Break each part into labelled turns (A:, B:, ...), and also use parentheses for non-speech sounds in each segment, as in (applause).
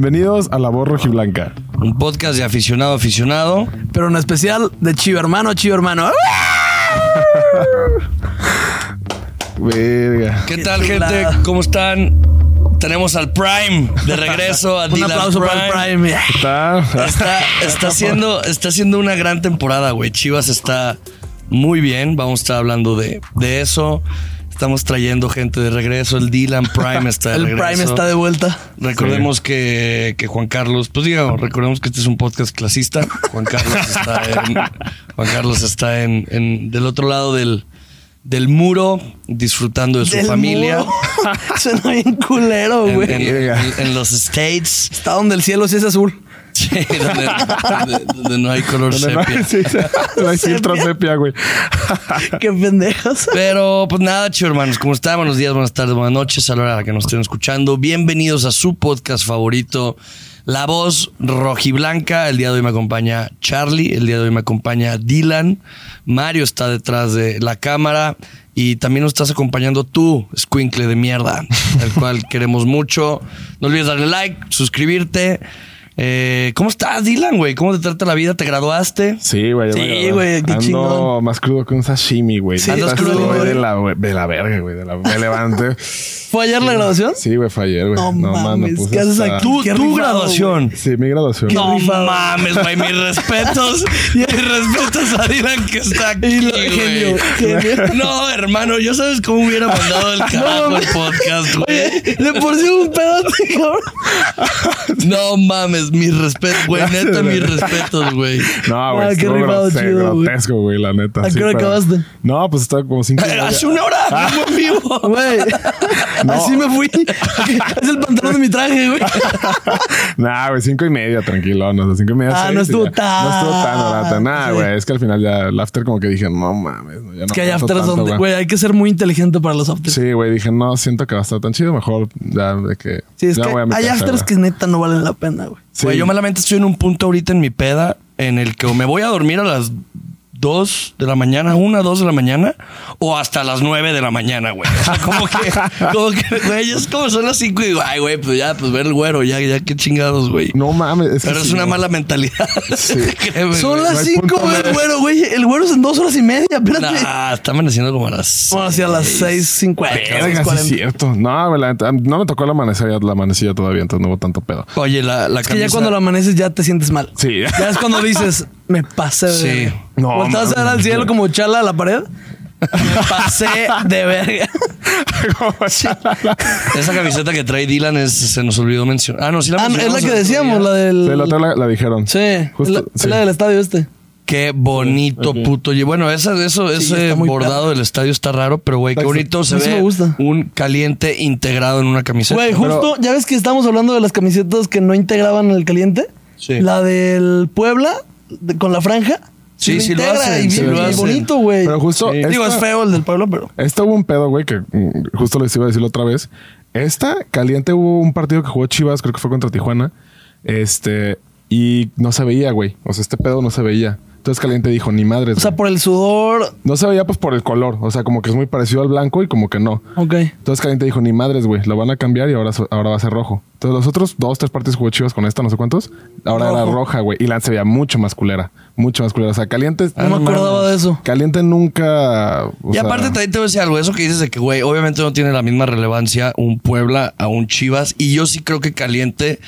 A: Bienvenidos a La Voz Rojiblanca.
B: Un podcast de aficionado a aficionado.
C: Pero en especial de Chivo Hermano, Chivo Hermano. ¡Ah!
A: Verga.
B: ¿Qué
C: Qué
B: tal, gente?
C: chulada.
B: ¿Cómo están? Tenemos al Prime de regreso. A
C: (laughs) Un
B: Dylan
C: aplauso para el Prime.
A: Está.
C: (laughs)
B: Está, está, haciendo, está haciendo una gran temporada, güey. Chivas está muy bien. Vamos a estar hablando de, de eso. Estamos trayendo gente de regreso. El Dylan Prime está de
C: El
B: regreso.
C: Prime está de vuelta.
B: Recordemos que, que Juan Carlos, pues digo, recordemos que este es un podcast clasista. Juan Carlos está en, Juan Carlos está en, en- del otro lado del, del muro, disfrutando de su
C: Del
B: familia.
C: muro. (laughs) Suena bien culero,
B: En, en-
C: güey.
B: en- en los States, (laughs)
C: Está donde el cielo sí
A: (laughs)
C: es azul.
B: Sí, donde, donde- donde no hay color
A: Donde no hay-
B: sepia.
A: (laughs) sí, no hay filtro sepia, güey.
C: Qué pendejos.
B: Pero pues nada, chicos hermanos, ¿cómo están? Buenos días, buenas tardes, buenas noches a la hora a la que nos estén escuchando. Bienvenidos a su podcast favorito, La Voz Rojiblanca. El día de hoy me acompaña Charlie, el día de hoy me acompaña Dylan, Mario está detrás de la cámara y también nos estás acompañando tú, Squinkle de mierda, el cual queremos mucho. No olvides darle like, suscribirte. Eh, ¿Cómo estás, Dylan, güey? ¿Cómo te trata la vida? ¿Te graduaste?
A: Sí, güey. ya me
C: Sí,
A: acordé.
C: güey, qué
A: Ando
C: chingón.
A: más crudo que un sashimi, güey.
C: Sí,
A: Estás
C: andas crudo,
A: güey,
C: güey.
A: de la, güey, de la verga, güey. De la, me levanté.
C: ¿Fue ayer la graduación?
A: Sí, güey, fue ayer, güey.
C: No
A: más,
C: mames,
A: me puse
C: ¿qué haces
A: hasta-
C: aquí?
B: Tu,
C: Qué
B: tu
C: rifado,
B: graduación.
A: Sí, mi graduación.
C: Qué
B: No
C: rifado.
B: mames, güey. Mis respetos. (laughs) mis respetos a Dylan que está aquí,
C: Y lo-
B: güey.
C: genio, genio.
B: No, hermano, yo sabes cómo hubiera mandado (laughs) el carajo el podcast, güey.
C: De por sí un pedote, (laughs) cabrón.
B: No mames, mis respetos, güey.
A: Gracias,
B: Neta, mis
A: güey.
B: respetos, güey.
A: No, güey.
C: Ah, qué
A: estuvo
C: rifado
A: grotesco,
C: chido, güey.
A: grotesco, güey, la neta.
C: ¿A qué hora acabaste? Ah,
A: No, pues estaba como
C: (laughs)
A: cinco.
B: Hace una
A: Ah.
B: hora, vivo
A: (laughs)
B: en vivo.
C: Güey. Así me fui. Es el pantalón de mi
A: (laughs)
C: traje, güey.
A: Nah, güey, cinco y media, tranquilo. No, cinco y media.
C: Ah,
A: seis,
C: no
A: y
C: estuvo
A: ya.
C: tan-
A: No estuvo tan barata. Nah,
C: Sí.
A: güey. Es que al final ya el after como que dije, no mames. no, ya no
C: Que hay
A: aguanto
C: afters
A: tanto,
C: donde, güey, hay que ser muy inteligente para los afters.
A: Sí, güey. Dije, no, siento que va a estar tan chido. Mejor ya de que...
C: Sí, es
A: ya
C: que
A: voy a mi
C: hay
A: casa,
C: afters
A: güey.
C: que neta no valen la pena, güey.
A: Sí.
B: Güey, yo malamente estoy en un punto ahorita en mi peda en el que o me voy a dormir a las 2 de la mañana, 1, 2 de la mañana, o hasta las 9 de la mañana, güey. O sea, como que, como que, güey, es como son las 5 y digo, ay, güey, pues ya, pues ver el güero, ya, ya, qué chingados, güey.
A: No mames. es que
B: Pero es
A: sí,
B: una
A: güey.
B: mala
C: (laughs)
B: mentalidad.
A: Sí.
B: Créeme,
C: Son
B: güey.
A: no
C: las
A: hay
C: 5,
A: punto
C: güey,
A: medio.
C: el güero, güey. El güero es en dos horas y media, espérate.
B: Nah, está amaneciendo como a las.
C: Bueno, así a las 6.50.
A: Verga, sí
C: 6:40.
A: es cierto. No, güey, la neta, no me tocó la amanecida, la amanecida todavía, entonces no hubo tanto pedo. (laughs)
B: Oye, la, la
C: Es que ya cuando lo amaneces ya te sientes mal.
A: Sí.
C: Ya es cuando dices, me pasé de
B: Sí.
C: verga.
A: No,
C: Voltabas a ver
A: mames,
C: al cielo
A: güey.
C: como chala a la pared. Me pasé de verga.
B: Esa camiseta que trae Dylan es, se nos olvidó mencionar. Ah, no, sí la
C: Ah, no,
B: mencionamos
C: es la
B: el
C: que
B: otro
C: decíamos,
B: día.
C: la del...
A: Sí, la otra la, la dijeron.
C: Sí,
A: Justo,
C: es la, es
A: sí.
C: la del estadio este.
B: Qué bonito puto. Y bueno, esa, eso,
C: Sí,
B: ese
C: está muy
B: bordado del estadio está raro, pero güey, qué
A: Exacto.
B: bonito se
C: A mí sí
B: ve
C: me gusta.
B: un caliente integrado en una camiseta.
C: Güey, justo, ya ves que estábamos hablando de las camisetas que no integraban el caliente.
B: Sí.
C: La del Puebla, de- con la franja.
B: Sí, sí lo
C: integra
B: hacen,
C: y,
B: sí
C: bien-
B: lo
C: y
B: hacen.
C: bonito, güey.
A: Pero justo esta-
C: Digo, es feo el del Puebla, pero...
A: Esta hubo un pedo, güey, que mm, justo les iba a decir otra vez. Esta caliente hubo un partido que jugó Chivas, creo que fue contra Tijuana. Este, y no se veía, güey. O sea, este pedo no se veía. Entonces caliente dijo, ni madre.
C: O sea, por el sudor...
A: no se veía pues por el color. O sea, como que es muy parecido al blanco y como que no.
C: Ok.
A: Entonces Caliente dijo, ni madres, güey, lo van a cambiar y ahora, ahora va a ser rojo. Entonces los otros dos, tres partidos jugó Chivas con esta, no sé cuántos. Ahora era
C: Rojo.
A: roja, güey. Y la se veía mucho más culera. Mucho más culera. O sea, Caliente...
C: Ah, No me acordaba de eso.
A: Caliente nunca... o
B: y
A: sea,
B: aparte también te voy a decir algo, eso que dices de que, güey, obviamente no tiene la misma relevancia un Puebla a un Chivas. Y yo sí creo que Caliente,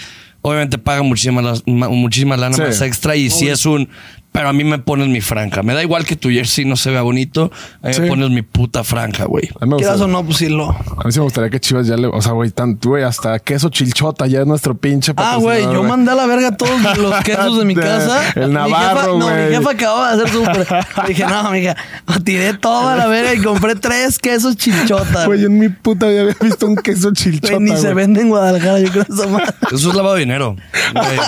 B: obviamente paga muchísima, las- ma- muchísima lana
A: Sí.
B: más extra y sí es un... Pero a mí me pones mi franja. Me da igual que tu jersey no se vea bonito, a mí
A: Sí.
B: me pones mi puta franja, güey.
A: a mí me
C: Quieras
A: gusta-
C: o no, pues sí lo...
A: A mí sí me gustaría que Chivas ya le. O sea, güey, tanto, güey, hasta queso chilchota ya es nuestro pinche
C: Ah, güey, yo
A: patrocinador,
C: mandé a la verga todos los quesos de mi
A: De-
C: casa.
A: el
C: Mi
A: Navarro,
C: jefa- No,
A: güey.
C: mi jefa acababa de hacer súper. Dije, no, mija, lo tiré toda la verga y compré tres quesos chinchotas.
A: Güey, yo en mi puta vida había visto un queso
C: Güey,
A: chilchota.
C: ni se
A: güey.
C: vende en Guadalajara, yo creo esa madre.
B: Eso es lavado de dinero.
A: (laughs)
B: güey.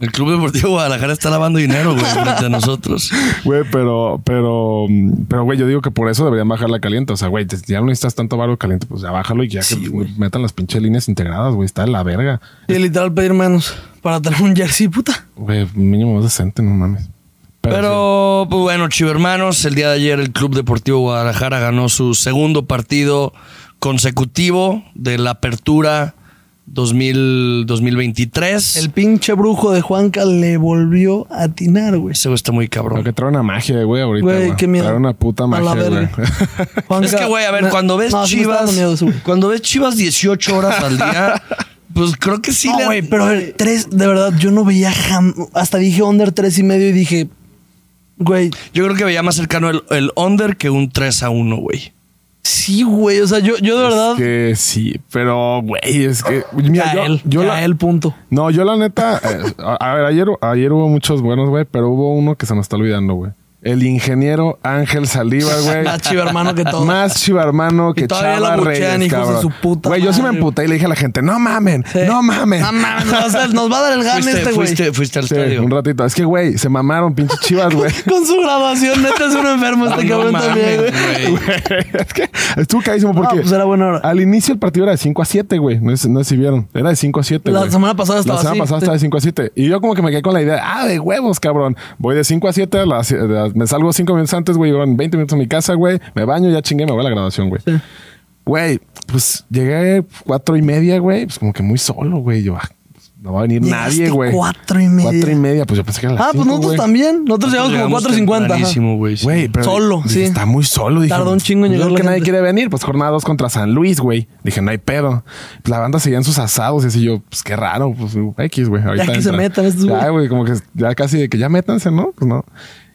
B: El Club Deportivo Guadalajara está lavando dinero, güey, frente a nosotros.
A: Güey, pero, pero, mm, pero, güey, yo digo que por eso deberían bajarla caliente. O sea, güey, te- ya no necesitas tanto barro caliente, pues ya bájalo y ya que metan las pinches líneas integradas, güey, está de la verga.
C: Y literal pedir menos para tener un jersey, puta.
A: Güey, mínimo decente, no mames.
B: Pero,
A: sí.
B: pues bueno, chivo hermanos, el día de ayer el Club Deportivo Guadalajara ganó su segundo partido consecutivo de la apertura 2000, 2023.
C: El pinche brujo de Juanca le volvió a atinar, güey.
B: Ese güey está muy cabrón.
A: Lo que trae una magia, güey, ahorita.
C: Güey,
A: Güey,
C: qué miedo.
A: Trae una puta
C: A la
A: magia, güey. (laughs)
C: verga. (laughs) Juanca-
B: Es que, güey, a ver,
C: me-
B: cuando ves
C: no, sí me está
B: Chivas.
C: dando miedo eso, güey.
B: cuando ves Chivas 18 horas al
C: (laughs)
B: día, pues creo que sí
C: no,
B: le-
C: güey, pero a ver, tres, de verdad, yo no veía jam... Hasta dije under tres y medio y dije, güey,
B: Yo creo que veía más cercano el, el under que un 3 a 1, güey.
C: sí, güey. O sea, yo, yo de verdad.
A: Es que sí, pero, güey, es que. Mira, yo,
C: Cael,
A: yo la-
C: Cael,
A: (laughs)
C: punto.
A: No, yo la neta. eh, a, a ver, ayer, ayer hubo muchos buenos, güey, pero hubo uno que se me está olvidando, güey. El ingeniero Ángel
C: (laughs)
A: Saldívar, güey.
C: Más chiva hermano que todo.
A: Más chivarmano que
C: todavía
A: Chava
C: lo buchean,
A: Reyes,
C: hijos de
A: cabrón.
C: su puta
A: Güey, yo sí me
C: madre.
A: emputé y le dije a la gente, no mamen,
C: Sí.
A: no mamen.
C: No mames, nos va a hacer- nos va a dar el gan
B: Fuiste,
C: este, güey.
B: fuiste, fuiste al
A: Sí,
B: estadio.
A: un ratito. Es que, güey, se mamaron, pinche chivas,
C: (laughs)
A: güey.
C: Con su grabación, neta es un enfermo este
B: No
C: cabrón
B: mames,
C: también, güey.
B: güey.
A: (laughs) es que estuvo carísimo porque.
C: pues era buena hora.
A: Al inicio el partido era de 5 a 7, güey. No sé, no sé si vieron. Era de 5 a 7.
C: La
A: güey.
C: semana pasada estaba
A: La semana
C: así,
A: pasada
C: sí.
A: estaba de 5 a 7. Y yo como que me quedé con la idea, ah, de huevos, cabrón. Voy de 5 a 7, a las- a las- me salgo 5 minutos antes, güey. Llevo en 20 minutos a mi casa, güey. Me baño, ya chingué, me voy a la grabación, güey. Güey, pues llegué 4 y media, güey. Pues como que muy solo, güey. Yo, ah, pues, no va a venir
C: Llegaste
A: nadie, güey.
C: cuatro y media.
A: 4 y media, pues yo pensé que era las
C: Ah, pues
A: cinco,
C: nosotros
A: güey.
C: también. Nosotros llegamos como 4.50. ajá.
B: Tempranísimo, güey. sí.
A: Güey, pero.
C: Solo,
A: dije,
C: sí.
A: Está muy solo, dije.
C: Tardó un chingo en
A: pues,
C: llegar
A: creo
C: la
A: que nadie
C: gente.
A: quiere venir. Pues jornada 2 contra San Luis, güey. Dije, no hay pedo. Pues, la banda seguía en sus asados y así yo, pues qué raro. Pues X, güey. Ahorita
C: que se
A: entra.
C: metan estos, güey.
A: Ya, güey, como que ya casi de que ya métanse, ¿no? Pues no.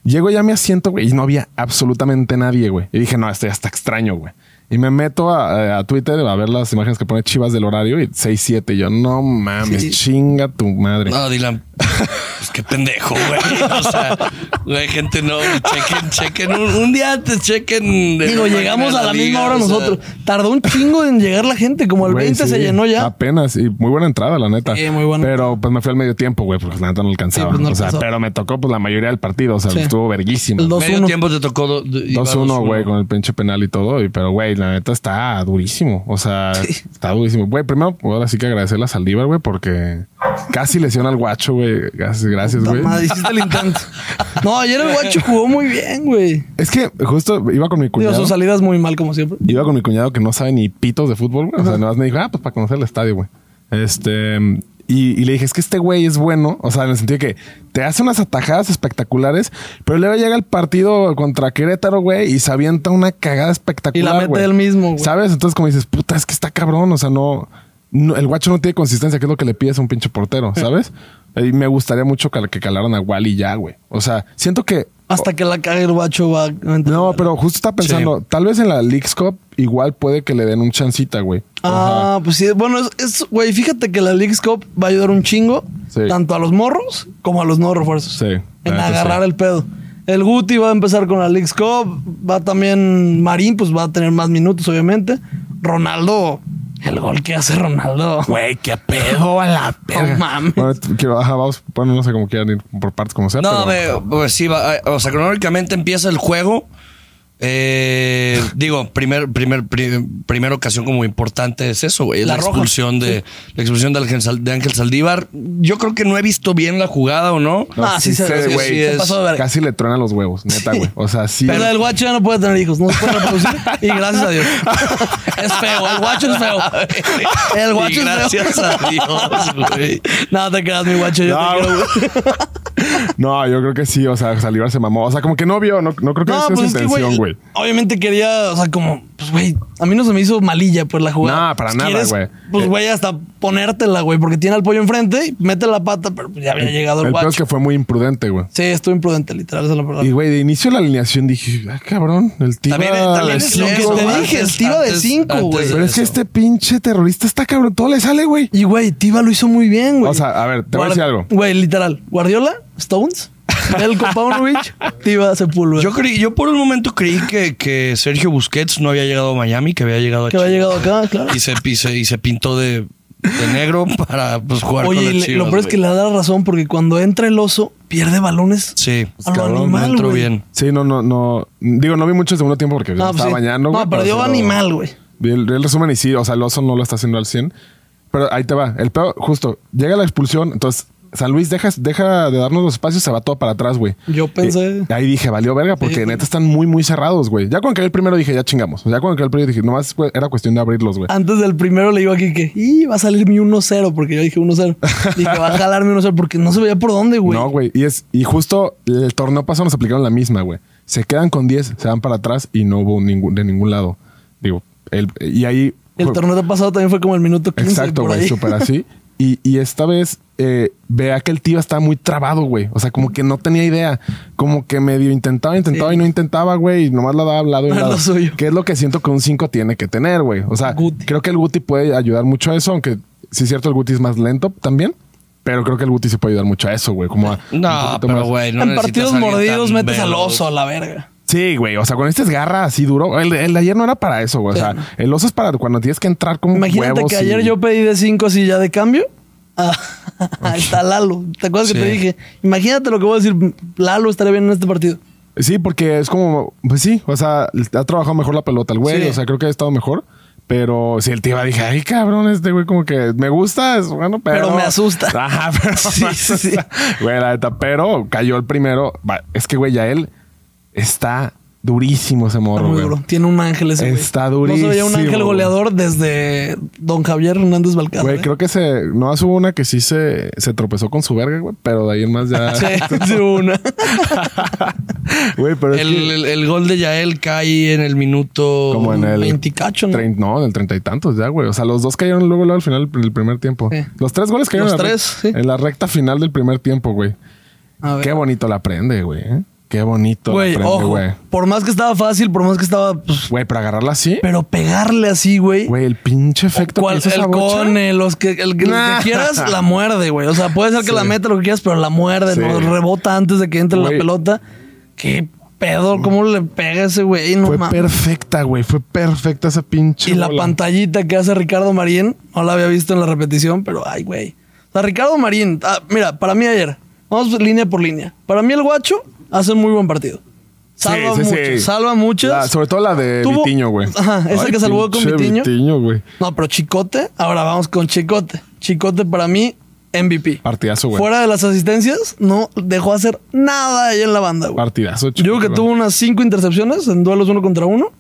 A: Llego ya a mi asiento, güey, y no había absolutamente nadie, güey. Y dije, no, esto ya está extraño, güey. Y me meto a, a Twitter a ver las imágenes que pone Chivas del horario y 6-7. Yo, no mames,
C: Sí.
A: chinga tu madre.
B: No, Dylan. Pues qué pendejo, güey. O sea, güey, gente, no. Chequen, chequen. Un, un día antes, chequen.
C: Digo, llegamos a la misma hora
B: o sea,
C: nosotros. Tardó un chingo en llegar la gente, como el
A: Güey,
C: 20 se
A: sí, Ah,
C: llenó ya.
A: Apenas. Y muy buena entrada, la neta.
C: Sí, muy buena.
A: Pero pues me fui al medio tiempo, güey, porque la neta no alcanzaba.
C: Sí, pues, no
A: o sea,
C: alcanzó.
A: pero me tocó pues la mayoría del partido. O sea,
C: Sí.
A: estuvo verguísima.
C: El dos-
B: Medio
C: 2-1.
B: tiempo te tocó. do- do- iba
A: 2-1,
B: 2-1.
A: güey, con el pinche penal y todo. Y, pero, güey, la neta está durísimo. O sea, está durísimo. Güey, primero, ahora sí que agradecerle a Saldívar, güey, porque casi lesiona al guacho, güey. Gracias, gracias,
C: Puta
A: pues, güey.
C: madre, hiciste el intento. No, ayer el guacho jugó muy bien, güey.
A: Es que justo iba con mi
C: Digo,
A: cuñado.
C: sus salidas muy mal, como siempre.
A: Iba con mi cuñado que no sabe ni pitos de fútbol, güey. O sea, nada más me dijo, ah, pues para conocer el estadio, güey. Este. Y, y le dije, es que este güey es bueno. O sea, en el sentido de que te hace unas atajadas espectaculares, pero luego llega el partido contra Querétaro, güey, y se avienta una cagada espectacular.
C: mete
A: güey.
C: él mismo, güey.
A: ¿Sabes? Entonces, como dices, puta, es que está cabrón. O sea, no, no- El guacho no tiene consistencia, que es lo que le pides a un pinche
C: (laughs)
A: portero, ¿sabes? y me gustaría mucho que, que calaran a Wally ya, güey. O sea, siento que
C: Hasta que la cague el guacho va.
A: no, pero justo está pensando, tal vez en la Leagues Cup igual puede que le den un chancita, güey.
C: Ah, pues sí. Bueno, es- es, güey, fíjate que la League's Cup va a ayudar un chingo,
A: Sí.
C: tanto a los morros como a los no refuerzos.
A: Sí, la
C: En
A: neta
C: agarrar
A: sí.
C: el pedo. El Guti va a empezar con la League's Cup. Va también Marín, pues va a tener más minutos, obviamente. Ronaldo, el gol que hace Ronaldo.
A: Güey, qué pedo a
C: (laughs)
A: la
C: verga. mames.
A: Bueno, t- quiero, ajá, vamos, bueno, no sé cómo quieran ir por partes como sea.
B: No,
A: pero-
B: ve, pues sí, va, eh, o sea, cronológicamente empieza el juego. Eh, digo, primer, primer, pri- primera ocasión como importante es eso, güey. es La,
C: La roja.
B: expulsión de la expulsión de Ángel, Sal- de Ángel Saldívar. Yo creo que no he visto bien la jugada o no.
A: No,
C: Ah, sí,
A: sí
C: se,
A: sé,
C: sí,
A: güey.
C: sí, se pasó de verga.
A: Casi le truenan los huevos, neta, güey. O sea, sí.
C: Pero el guacho ya no puede tener hijos, no se puede reproducir. y gracias a Dios. Es feo, el guacho es feo. El guacho
B: Y
C: es
B: gracias
C: feo.
B: a Dios, güey.
C: No te creas, mi guacho. Yo
A: No,
C: te quiero, güey.
A: (laughs) No, yo creo que sí, o sea, Salivar se mamó. O sea, como que no vio, no, no creo que
C: No,
A: esa
C: pues es
A: es su
C: que,
A: intención,
C: güey.
A: güey.
C: Obviamente quería, o sea, como, pues, güey, a mí no se me hizo malilla, pues, la jugada.
A: No, para
C: Pues,
A: nada,
C: quieres,
A: güey.
C: Pues,
A: Eh.
C: güey, hasta ponértela, güey, porque tiene al pollo enfrente, mete la pata, pero pues, ya había llegado el
A: El peor es
C: guacho.
A: que fue muy imprudente, güey.
C: Sí, estuvo imprudente, literal, esa es la verdad.
A: Y, güey, de inicio de la alineación dije, ah, cabrón, el tío.
C: eh,
B: También, también es
C: lo que
B: eso,
C: te
B: güey.
C: dije, el tiro de
B: Antes-
C: cinco,
B: antes
C: güey.
B: de
A: Pero es que
B: eso.
A: este pinche terrorista está cabrón, todo le sale, güey.
C: Y, güey, Tiva lo hizo muy bien, güey.
A: O sea, a ver, te voy a
C: Guard-
A: decir algo.
C: Güey, literal, Guardiola, Stones, el
A: (laughs)
C: Paunovic, Tiva Sepúlveda.
B: Yo, creí, yo por un momento creí que, que Sergio Busquets no había llegado a Miami, que había llegado a
C: que había
B: Chile.
C: llegado acá, claro.
B: y, se, y, se, y se pintó de, de negro (laughs) para pues, jugar
C: Oye,
B: con
C: y
B: las
C: le-
B: Chivas,
C: lo peor es
B: güey.
C: que le da razón, porque cuando entra el oso, pierde balones
B: Sí.
C: a lo
A: cabrón,
C: animal,
B: entró
C: güey.
B: bien.
A: Sí, no, no, no. Digo, no vi mucho el segundo tiempo porque me
C: No, pues,
A: estaba
C: sí.
A: bañando, güey.
C: no, perdió
A: pero-
C: animal, güey.
A: Vi el, el resumen y sí, o sea, el oso no lo está haciendo al 100. Pero ahí te va. El peor, justo, llega la expulsión, entonces San Luis deja, deja de darnos los espacios, se va todo para atrás, güey.
C: Yo pensé-
A: Eh, ahí dije, valió verga, porque
C: Sí.
A: neta están muy, muy cerrados, güey. Ya cuando cayó el primero dije, ya chingamos. Ya cuando cayó el primero dije, nomás güey, era cuestión de abrirlos, güey.
C: Antes del primero le digo aquí que y va a salir mi 1-0 porque yo
A: (laughs)
C: dije 1-0. Dije, va a jalar mi 1-0 porque no se veía por dónde, güey.
A: No, güey. Y es, y justo el torneo pasado nos aplicaron la misma, güey. Se quedan con 10, se van para atrás y no hubo ningún, de ningún lado. Digo, el, y ahí.
C: el
A: fue-
C: torneo pasado también fue como el minuto 15.
A: Exacto,
C: por
A: güey,
C: ahí.
A: súper
C: (laughs)
A: así. Y, y esta vez eh, vea que el tío estaba muy trabado, güey. O sea, como que no tenía idea. Como que medio intentaba, intentaba
C: Sí.
A: y no intentaba, güey. Y nomás la daba al lado y
C: No
A: al
C: era
A: lado.
C: lo suyo.
A: Que es lo que siento que un 5 tiene que tener, güey. O sea,
C: Guti.
A: creo que el Guti puede ayudar mucho a eso. Aunque sí es cierto, el Guti es más lento también. Pero creo que el Guti sí puede ayudar mucho a eso, güey. Como a un
B: No,
A: poquito
B: pero
A: más-
B: güey, no
C: en
B: necesitas
C: partidos
B: a alguien
C: mordidos
B: tan
C: metes al
B: veloz.
C: oso a la verga.
A: Sí, güey. O sea, con este es garra así duro. El, el de ayer no era para eso, güey. O
C: Sí.
A: sea, el oso es para cuando tienes que entrar como
C: Imagínate
A: huevos
C: que
A: y-
C: ayer yo pedí de 5 así ya de cambio. Ah,
A: (laughs)
C: ahí está Lalo. ¿Te acuerdas que
B: Sí.
C: te dije? Imagínate lo que voy a decir. Lalo estaría bien en este partido.
A: Sí, porque es como, pues sí, o sea, ha trabajado mejor la pelota el güey,
C: Sí.
A: o sea, creo que ha estado mejor. Pero si el tío dije, ay, cabrón, este güey como que me gusta, es bueno, pero...
C: Pero me asusta.
A: (laughs) Ajá, pero
C: (laughs) Sí,
A: me
C: sí,
A: asusta. Güey, la neta, pero cayó el primero. Va, Es que, güey, ya él está durísimo ese
C: Está
A: morro,
C: muy
A: güey.
C: duro. Tiene un ángel ese. güey.
A: Está
C: No se veía un
A: durísimo,
C: ángel
A: güey.
C: goleador desde don Javier Hernández Balcázar.
A: Güey,
C: ¿eh?
A: creo que se... No hubo una que sí se, se tropezó con su verga, güey, pero de ahí en más ya...
C: Sí, sí, una.
A: (laughs) Güey, pero Pues es
B: El,
A: que...
B: el- el gol de Yael cae en el minuto.
A: Como en el...
C: 20 cacho, ¿no?
A: Trein- no, del treinta y tantos ya, güey. O sea, los dos cayeron luego, luego al final del primer tiempo.
C: Sí.
A: Los tres goles cayeron
C: Los
A: en la
C: tres,
A: rec-
C: sí.
A: en la recta final del primer tiempo, güey.
C: A ver.
A: Qué bonito la aprende, güey. ¿eh? Qué bonito
C: Güey,
A: la aprende,
C: ojo.
A: güey.
C: Por más que estaba fácil, por más que estaba. pues,
A: Güey, para agarrarla así,
C: pero pegarle así, güey.
A: güey, el pinche efecto
C: ¿Cuál?
A: que hizo
C: El eh,
A: esa bocha.
C: cone, los que, el, que-
A: Nah.
C: los que quieras, la muerde, güey. O sea, puede ser que
A: Sí.
C: la meta lo que quieras, pero la muerde,
A: Sí.
C: ¿no? Rebota antes de que entre
A: Güey.
C: la pelota. Qué pedo, cómo le pega ese güey. No
A: Fue
C: mames.
A: perfecta, güey. Fue perfecta esa pinche.
C: Y la
A: bola.
C: pantallita que hace Ricardo Marín, no la había visto en la repetición, pero ay, güey. O sea, Ricardo Marín, ah, mira, para mí ayer, vamos línea por línea. Para mí el guacho hace un muy buen partido.
A: Sí,
C: Salva
A: sí, sí.
C: muchas, salva muchas.
A: La- sobre todo la de
C: Tuvo-
A: Vitiño, güey.
C: Ajá, esa
A: Ay,
C: que salvó con
A: pinche
C: Vitiño.
A: Vitiño, güey.
C: No, pero Chicote, ahora vamos con Chicote. Chicote para mí, MVP.
A: Partidazo, güey.
C: Fuera de las asistencias, no dejó hacer nada ahí en la banda, güey.
A: Partidazo,
C: Yo creo que tuvo unas cinco intercepciones en duelos uno contra uno.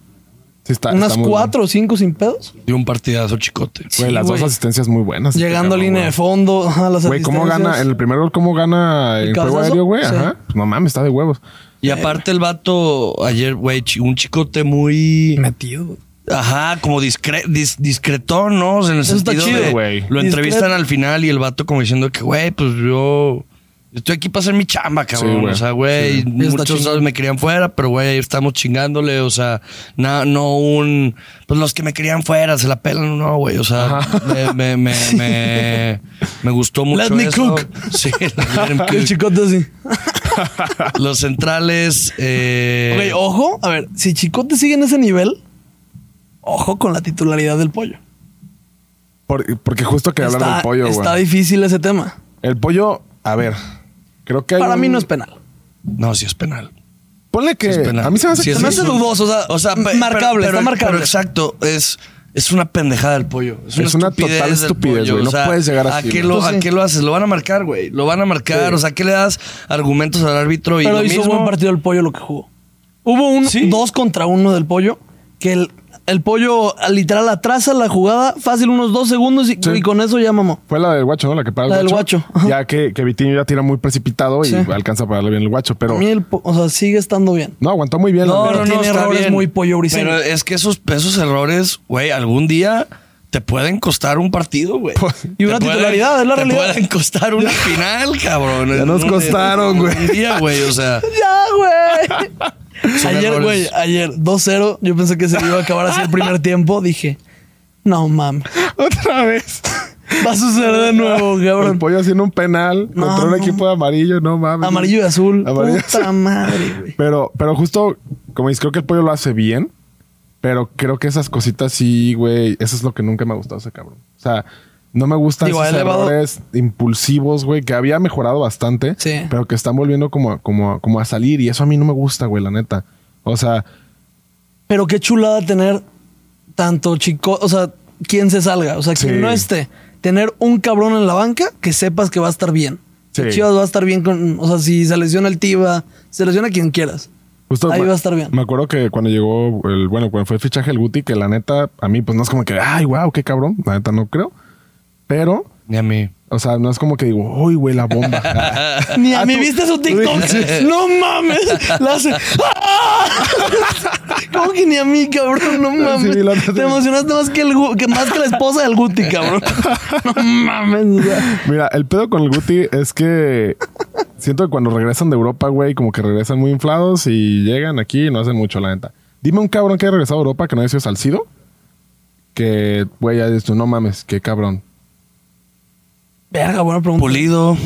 A: Ah,
C: unas cuatro o cinco sin pedos.
B: De un partidazo chicote.
A: Güey, las dos
C: güey.
A: asistencias muy buenas. este
C: Llegando a
A: cabrón,
C: línea
A: güey.
C: de fondo, (laughs) a las
A: Güey, ¿cómo gana?
C: asistencias.
A: En el primer gol, ¿cómo gana
C: ¿El
A: el juego
C: cabezazo?
A: aéreo, güey?
C: Sí.
A: Ajá. Pues no mames, está de huevos.
B: Y aparte el vato, ayer, güey, chi- un chicote muy...
A: (laughs)
C: metido.
B: Ajá, como discre- dis- discretón, ¿no? O sea, en el
C: Eso está
B: sentido
C: chido,
B: de-
A: güey.
B: Lo entrevistan
C: Discreto.
B: al final y el vato como diciendo que, güey, pues yo... yo Estoy aquí para hacer mi chamba, cabrón.
A: Sí, güey.
B: o sea, güey,
C: Está
B: muchos
C: chingón.
B: ¿sabes? me querían fuera, pero güey, estamos chingándole. O sea, na- no un. Pues los que me querían fuera se la pelan, no, güey. O sea, me, me,
C: (laughs)
B: me, me, me gustó mucho.
C: me
B: eso.
C: cook.
B: Sí, (laughs) let me
C: El
B: cook.
C: (laughs) chicote así.
B: Los centrales. Eh,
C: Güey, ojo, a ver, si Chicote sigue en ese nivel, ojo con la titularidad del pollo.
A: Por- porque justo que hablar del pollo,
C: está
A: güey.
C: difícil ese tema.
A: El pollo, a ver. Creo que hay.
C: Para mí
A: un-
C: no es penal.
B: No, sí es penal.
A: Ponle que.
B: Sí es penal.
A: a mí se me hace
B: Sí
A: que
B: es-
C: Se me hace
B: sí.
C: dudoso, o sea,
B: O sea, pe-
C: marcable,
B: pero-
C: está marcable.
B: pero exacto, es, es una pendejada del pollo. Es una,
A: Es una
B: estupidez
A: total
B: del
A: estupidez,
B: pollo,
A: güey. No puedes llegar
B: ¿a
A: así,
B: qué,
A: güey.
B: lo, ¿A
C: Entonces-
B: qué lo haces? Lo van a marcar, güey. Lo van a marcar. O sea, ¿qué le das argumentos al árbitro? Y
C: pero
B: lo
C: hizo
B: mismo,
C: buen partido el pollo lo que jugó. Hubo un
B: Sí.
C: dos contra uno del pollo que el, el pollo literal atrasa la jugada fácil unos dos segundos y,
A: Sí.
C: y con eso ya mamó.
A: Fue la del guacho, ¿no? La que para el
C: La del
A: guacho.
C: guacho, ajá.
A: Ya que, que Vitiño ya tira muy precipitado y
C: Sí.
A: alcanza a pararle bien el guacho, pero.
C: A mí el po- o sea, sigue estando bien.
A: No, aguantó muy bien. la
B: No,
A: neta.
B: no, no,
C: tiene
B: está
C: errores
B: bien.
C: muy pollo briseño.
B: Pero es que esos, esos errores, güey, algún día te pueden costar un partido, güey.
A: Pues-
C: Y una
B: Te pueden-
C: titularidad, es la realidad.
B: Te pueden costar una final, cabrón.
A: Ya nos
B: Un-
A: costaron, güey.
B: Un día, güey, o sea.
C: (laughs) Ya, güey. (laughs)
B: Son
C: ayer,
B: errores.
C: güey, ayer 2-0. Yo pensé que se iba a acabar así el primer tiempo. Dije, no mames,
A: (laughs) Otra vez.
C: va a suceder de (laughs) nuevo,
A: El
C: cabrón.
A: pollo haciendo un penal
C: No,
A: contra un
C: no.
A: equipo de amarillo, no mames.
C: Amarillo y azul.
A: Amarillo y
C: Puta madre, güey.
A: Pero, pero justo, como dices, creo que el pollo lo hace bien, pero creo que esas cositas sí, güey, eso es lo que nunca me ha gustado ese cabrón. O sea, no me gustan
C: Digo,
A: esos
C: ha elevado-
A: errores impulsivos, güey, que había mejorado bastante,
C: Sí.
A: pero que están volviendo como a, como, a, como a salir y eso a mí no me gusta, güey, la neta. O sea,
C: Pero qué chulada tener tanto chico, o sea, quien se salga, o sea,
A: Sí.
C: quien no esté. Tener un cabrón en la banca que sepas que va a estar bien.
A: Sí.
C: Chivas va a estar bien con. O sea, si se lesiona el Tiva, se lesiona quien quieras.
A: Justo
C: Ahí
A: me-
C: va a estar bien.
A: Me acuerdo que cuando llegó el, bueno, cuando fue el fichaje el Guti, que la neta, a mí, pues no es como que, ay, wow, qué cabrón. La neta no creo. Pero,
B: Ni a mí.
A: o sea, no es como que digo, uy, güey, la
C: (laughs)
A: bomba.
C: Ni a
A: Ah,
C: mí
A: tú-
C: viste su (laughs) TikTok. no mames. La hace. ¡Ah! (laughs) ¿Cómo que ni a mí, cabrón? No mames.
A: Sí, la neta, sí.
C: Te emocionaste más que, el, Gu- que más que la esposa del Guti,
A: (laughs)
C: cabrón. No mames. o sea.
A: Mira, el pedo con el Guti es que siento que cuando regresan de Europa, güey, como que regresan muy inflados y llegan aquí y no hacen mucho, la neta. Dime un cabrón que haya regresado a Europa que no haya sido Salcido. Que, güey, ya dices tú, no mames, qué cabrón.
C: Verga, buena pregunta.
B: Pulido.